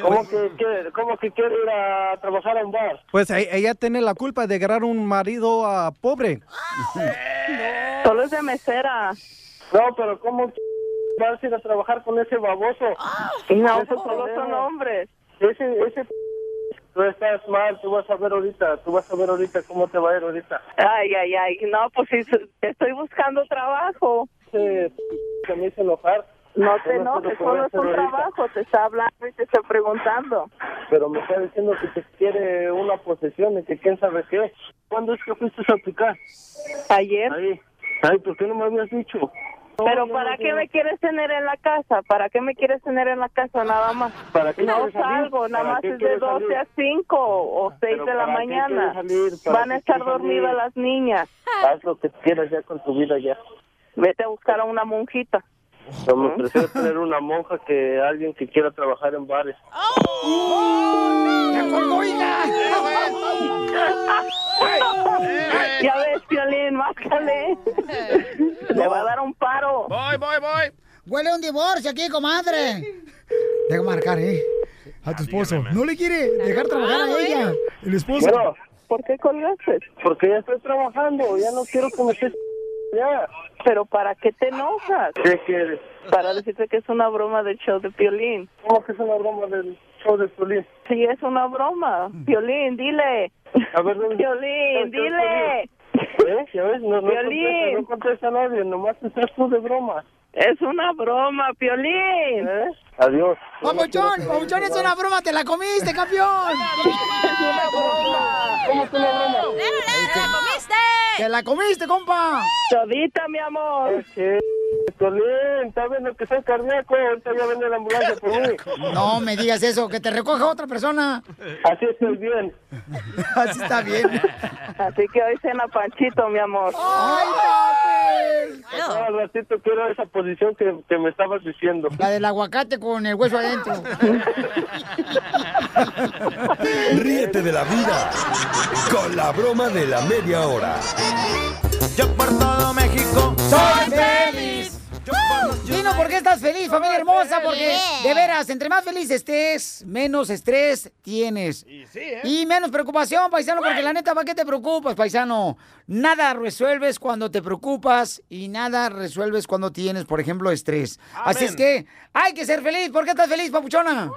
Speaker 1: ¿Cómo que, qué- ¿Cómo que quiero ir a trabajar a un bar?
Speaker 7: Pues e- ella tiene la culpa de agarrar un marido ah, pobre.
Speaker 11: Solo es de mesera.
Speaker 1: No, pero ¿cómo que vas a ir a trabajar con ese baboso?
Speaker 11: No,
Speaker 1: Ese
Speaker 11: pues solo
Speaker 1: problema.
Speaker 11: son hombres.
Speaker 1: Ese, ese... Tú estás mal, tú vas a ver ahorita, tú vas a ver ahorita cómo te va a ir ahorita.
Speaker 11: Ay, ay, ay. No, pues sí, estoy buscando trabajo.
Speaker 1: Que me hizo enojar.
Speaker 11: No te
Speaker 1: me puedo poner
Speaker 11: enojes, solo es un
Speaker 1: ahorita.
Speaker 11: trabajo. Te está hablando y te está preguntando.
Speaker 1: Pero me está diciendo que te quiere una posesión y que quién sabe qué. ¿Cuándo es que fuiste a aplicar?
Speaker 11: Ayer.
Speaker 1: Ahí. Ay, ¿por qué no me habías dicho?
Speaker 11: Pero
Speaker 1: no,
Speaker 11: ¿para
Speaker 1: no,
Speaker 11: qué
Speaker 1: no.
Speaker 11: me quieres tener en la casa? ¿Para qué me quieres tener en la casa nada más?
Speaker 1: ¿Para qué
Speaker 11: no
Speaker 1: quieres salir?
Speaker 11: salgo, nada
Speaker 1: ¿Para
Speaker 11: más
Speaker 1: qué
Speaker 11: es de
Speaker 1: quieres
Speaker 11: 12 a
Speaker 1: salir?
Speaker 11: 5 o 6
Speaker 1: ¿Pero
Speaker 11: de
Speaker 1: para
Speaker 11: la
Speaker 1: qué
Speaker 11: mañana.
Speaker 1: quieres salir? ¿Para
Speaker 11: Van a
Speaker 1: qué
Speaker 11: estar
Speaker 1: quieres salir?
Speaker 11: dormidas las (laughs) niñas.
Speaker 1: Haz lo que quieras ya con tu vida ya.
Speaker 11: Vete a buscar a una monjita.
Speaker 1: No, me prefiero tener una monja que alguien que quiera trabajar en bares.
Speaker 4: ¡Oh!
Speaker 2: ¡Ya colgó, hija!
Speaker 11: ya ves, Violín, máscale. Le va a dar un paro.
Speaker 4: Eh. Voy, voy, voy.
Speaker 2: Huele a un divorcio aquí, comadre. Deja marcar, ¿eh? A tu esposo. No le quiere dejar trabajar
Speaker 11: ah,
Speaker 2: a ella. El esposo.
Speaker 1: Bueno,
Speaker 11: ¿Por qué colgaste?
Speaker 1: Porque ya estoy trabajando, ya no quiero que me estés... (laughs) Ya.
Speaker 11: Pero ¿para qué te enojas?
Speaker 1: ¿Qué quieres?
Speaker 11: Para decirte que es una broma del show de Piolín.
Speaker 1: ¿Cómo que es una broma del show de Piolín?
Speaker 11: Sí, es una broma.
Speaker 2: Mm.
Speaker 11: Piolín, dile.
Speaker 1: A ver, ¿dónde-
Speaker 11: Piolín,
Speaker 1: ¿dónde está el
Speaker 11: dile.
Speaker 1: ¿Ves? ¿Eh? ¿Ya ves? No, no contesta,
Speaker 11: Piolín.
Speaker 1: no contesta nadie, nomás estás tú de broma. ¿Eh?
Speaker 11: Es una broma, Piolín.
Speaker 1: Adiós.
Speaker 2: ¡Papuchón! ¡Papuchón es una broma! ¡Te la comiste, campeón!
Speaker 1: ¿Cómo es una broma?
Speaker 8: ¡Te la comiste!
Speaker 2: ¡Te la comiste, compa!
Speaker 11: ¡Todita, mi amor!
Speaker 1: Piolín, está viendo que soy cardíaco, ahorita ya viene la ambulancia por mí.
Speaker 2: No me digas eso, que te recoja otra persona.
Speaker 1: Así estoy bien.
Speaker 2: (laughs) Así está bien.
Speaker 11: Así que hoy cena Panchito, mi amor.
Speaker 2: ¡Ay,
Speaker 1: Yo Al ratito quiero esa posición que, que me estabas
Speaker 2: (laughs)
Speaker 1: diciendo.
Speaker 2: La del aguacate con el hueso adentro.
Speaker 9: Ríete de la vida con la broma de la media hora. Yo por todo México
Speaker 2: ¡Soy feliz! Dino, ¿por qué estás feliz, familia hermosa? Porque, de veras, entre más feliz estés, menos estrés tienes. Y, ¿eh? menos preocupación, paisano, porque la neta, ¿para qué te preocupas, paisano? Nada resuelves cuando te preocupas y nada resuelves cuando tienes, por ejemplo, estrés. Así es que hay que ser feliz. ¿Por qué estás feliz, papuchona?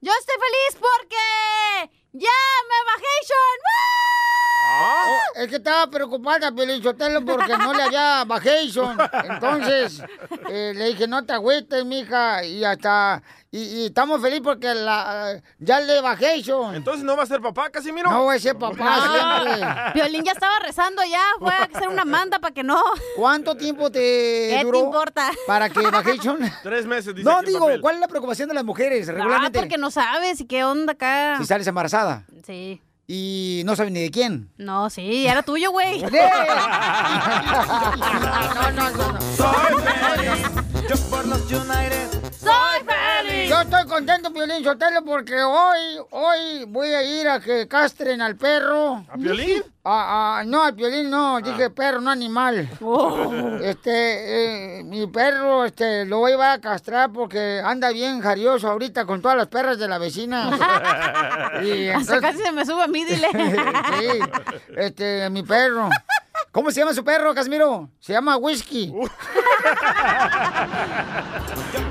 Speaker 8: Yo estoy feliz porque ya me bajé, Sean. ¡Woo!
Speaker 2: Eh, es que estaba preocupada, Pelichotelo, porque no le había vacation. Entonces, eh, le dije, no te agüites, mija, y hasta... Y, y estamos felices porque la, ya le vacation.
Speaker 4: Entonces, ¿no va a ser papá, Ah. Casimiro?
Speaker 2: No voy a ser papá siempre.
Speaker 8: Violín ya estaba rezando ya, fue a hacer una manda para que no.
Speaker 2: ¿Cuánto tiempo te
Speaker 8: ¿Qué
Speaker 2: duró
Speaker 8: te importa?
Speaker 2: para que vacation?
Speaker 4: Tres meses, dice
Speaker 2: No,
Speaker 4: aquí el
Speaker 2: digo,
Speaker 4: papel.
Speaker 2: ¿cuál es la preocupación de las mujeres
Speaker 8: Ah,
Speaker 2: regularmente?
Speaker 8: porque no sabes y qué onda acá.
Speaker 2: Si sales embarazada
Speaker 8: Sí.
Speaker 2: y no sabes ni de quién.
Speaker 8: No, sí, era
Speaker 2: (laughs)
Speaker 8: tuyo, güey. Ah,
Speaker 2: ¡Sí!
Speaker 8: no, no, no, no.
Speaker 2: Soy
Speaker 11: Yo por los United.
Speaker 2: ¡Soy feliz! Yo estoy contento, Piolín Sotelo, porque hoy, hoy voy a ir a que castren al perro. ¿A
Speaker 4: Piolín?
Speaker 2: no, al Piolín no, dije perro, no animal. Este, eh, mi perro, este, lo voy a llevar a castrar porque anda bien jarioso ahorita con todas las perras de
Speaker 11: (laughs)
Speaker 2: la vecina. Y
Speaker 8: (laughs) Hasta
Speaker 2: entonces-
Speaker 8: casi se me sube a mí, dile.
Speaker 2: sí, este, mi perro. ¿Cómo se llama su perro, Casimiro? Se
Speaker 11: (laughs)
Speaker 2: llama Whisky.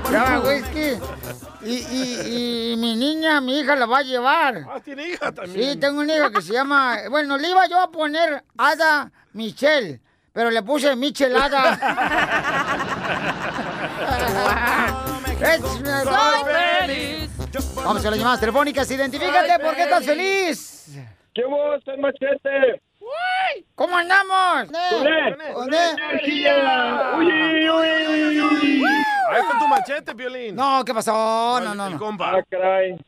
Speaker 2: Se llama Whisky. Y, y- y mi niña, mi hija la va a llevar.
Speaker 4: Ah, tiene hija también.
Speaker 2: Sí, tengo una hija que se llama. Bueno, le iba yo a poner Ada Michelle, pero le
Speaker 11: (laughs)
Speaker 2: puse Michelada.
Speaker 11: Soy feliz.
Speaker 2: Vamos a las llamadas telefónicas. Identifícate, ¿por qué estás feliz?
Speaker 11: ¿Qué vos, soy machete?
Speaker 2: ¿Cómo andamos?
Speaker 11: Con él.
Speaker 2: Con él.
Speaker 11: energía. Uy, uy, uy, uy.
Speaker 4: Ahí con tu machete, Piolín.
Speaker 2: No, ¿qué pasó? No, no, no.
Speaker 11: Ah,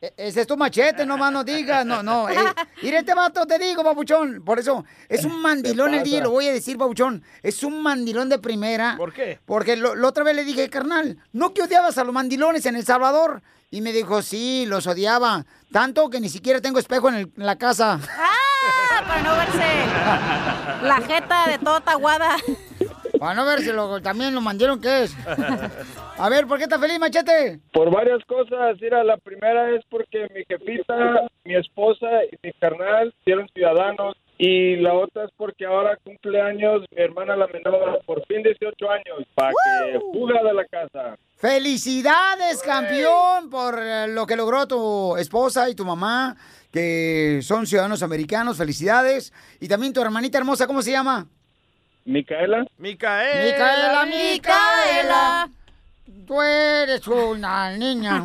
Speaker 2: E- Ese es tu machete, no más no digas. No, no. eh, mira, este vato te digo, babuchón. Por eso, es un mandilón el día,
Speaker 11: pasa?
Speaker 2: lo voy a decir, babuchón. Es un mandilón de primera.
Speaker 4: ¿Por qué?
Speaker 2: Porque lo- la otra vez le dije, carnal, ¿no que odiabas a los mandilones en El Salvador? Y me dijo, sí, los odiaba. Tanto que ni siquiera tengo espejo en, el- en la casa.
Speaker 8: Ah, para no verse (laughs) la jeta de toda taguada.
Speaker 2: Para no verse, lo- también lo mandieron que
Speaker 8: (laughs)
Speaker 2: es. A ver, ¿por qué estás feliz, machete?
Speaker 19: Por varias cosas, mira, la primera es porque mi jefita, mi esposa y mi carnal eran ciudadanos y la otra es porque ahora cumple años mi hermana la menor, por fin 18 años, para que fuga de la casa.
Speaker 2: Felicidades, campeón, por eh, lo que logró tu esposa y tu mamá, que son ciudadanos americanos. Felicidades. Y también tu hermanita hermosa, ¿cómo se llama?
Speaker 19: Micaela.
Speaker 4: Micaela.
Speaker 2: Micaela, Micaela. Tú eres una
Speaker 11: (laughs)
Speaker 2: niña.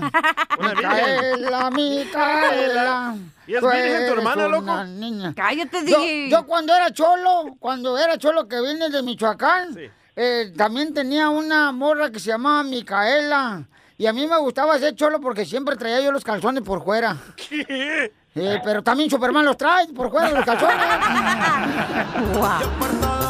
Speaker 2: Micaela, Micaela.
Speaker 11: ¿Y es
Speaker 2: tú
Speaker 11: virgen tu
Speaker 2: eres
Speaker 11: hermana,
Speaker 2: Pues, una
Speaker 11: loco?
Speaker 2: niña.
Speaker 8: Cállate,
Speaker 2: yo,
Speaker 11: DJ.
Speaker 2: yo cuando era cholo, cuando era cholo que vine de Michoacán, eh, también tenía una morra que se llamaba Micaela. Y a mí me gustaba ser cholo porque siempre traía yo los calzones por fuera. Eh, pero también Superman los trae por fuera los
Speaker 8: (laughs)
Speaker 2: calzones.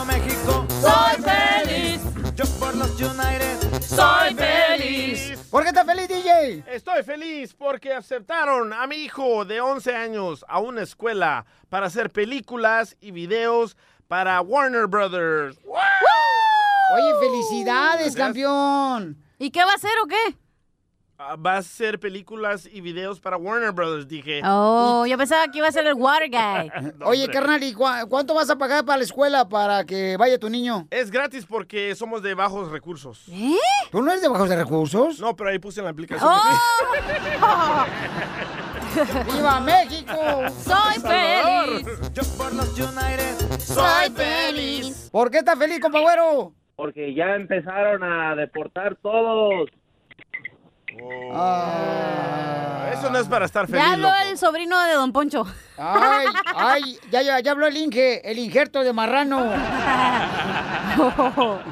Speaker 11: Soy feliz. Yo por los United. Soy feliz.
Speaker 2: ¿Por qué estás feliz, DJ?
Speaker 4: Estoy feliz porque aceptaron a mi hijo de 11 años a una escuela para hacer películas y videos para Warner Brothers.
Speaker 2: Oye, felicidades, campeón.
Speaker 8: ¿Y qué va a hacer o qué?
Speaker 4: Ah, Va a hacer películas y videos para Warner Brothers, dije.
Speaker 8: Oh, yo pensaba que iba a ser el
Speaker 2: (laughs)
Speaker 8: water
Speaker 4: (laughs)
Speaker 8: guy.
Speaker 2: Oye, carnal, ¿y cua- cuánto vas a pagar para la escuela para que vaya tu niño?
Speaker 4: Es gratis porque somos de bajos recursos.
Speaker 8: ¿Eh?
Speaker 2: ¿Tú no eres de bajos de recursos?
Speaker 4: No, pero ahí puse en la aplicación.
Speaker 2: (laughs)
Speaker 8: Oh.
Speaker 2: ¡Viva México!
Speaker 11: Soy
Speaker 2: Salvador.
Speaker 11: feliz. Yo por los United.
Speaker 2: Soy feliz. ¿Por qué estás feliz, compañero?
Speaker 19: Porque ya empezaron a deportar todos.
Speaker 4: Eso no es para estar feliz.
Speaker 8: Ya habló
Speaker 4: loco.
Speaker 8: el sobrino de Don Poncho. (laughs)
Speaker 2: Ay, ay, ya, ya, ya habló el Inge, el injerto de marrano.
Speaker 4: (laughs)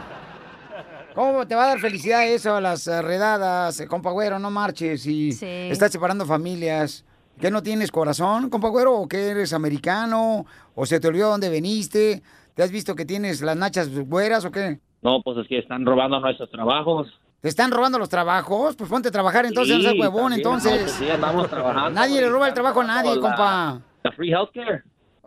Speaker 2: ¿Cómo te va a dar felicidad eso a las eh, redadas, eh, compagüero? No marches y
Speaker 11: Sí.
Speaker 2: estás separando familias. ¿Qué no tienes corazón, compagüero? ¿O que eres americano? ¿O se te olvidó dónde veniste? ¿Te has visto que tienes las nachas güeras o qué?
Speaker 19: No, pues es que están robando nuestros trabajos.
Speaker 2: ¿Te están robando los trabajos? Pues ponte a trabajar entonces,
Speaker 19: Sí,
Speaker 2: no seas huevón,
Speaker 19: también, no, pues
Speaker 2: entonces.
Speaker 19: sí, andamos trabajando.
Speaker 2: Nadie le roba el trabajo a
Speaker 19: Como
Speaker 2: nadie,
Speaker 19: la-
Speaker 2: compa.
Speaker 19: La free healthcare.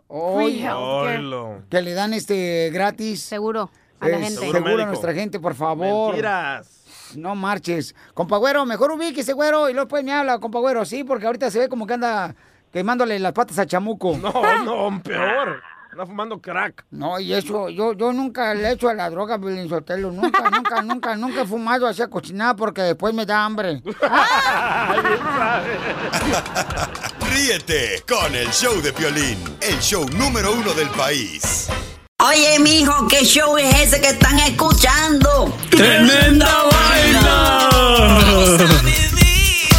Speaker 2: Oye,
Speaker 4: Oilo.
Speaker 2: que le dan este gratis.
Speaker 8: Seguro.
Speaker 2: A
Speaker 4: la gente. Seguro
Speaker 2: Seguro, a
Speaker 4: médico.
Speaker 2: nuestra gente, por favor.
Speaker 4: Mentiras.
Speaker 2: No marches. Compagüero, mejor ubíquese, güero, y luego pues me habla, compagüero. Sí, porque ahorita se ve como que anda quemándole las patas a chamuco.
Speaker 4: (laughs)
Speaker 2: (laughs)
Speaker 4: No, no, peor. Anda fumando crack.
Speaker 2: No, y eso, yo, yo nunca le he hecho a la droga, Piolín Sotelo. Nunca, nunca, nunca, nunca he fumado así a cocinada porque después me da hambre.
Speaker 9: Ríete con el show de Piolín, el show número uno del país.
Speaker 18: Oye, mijo, ¿qué show es ese que están escuchando?
Speaker 9: ¡Tremenda
Speaker 18: vaina!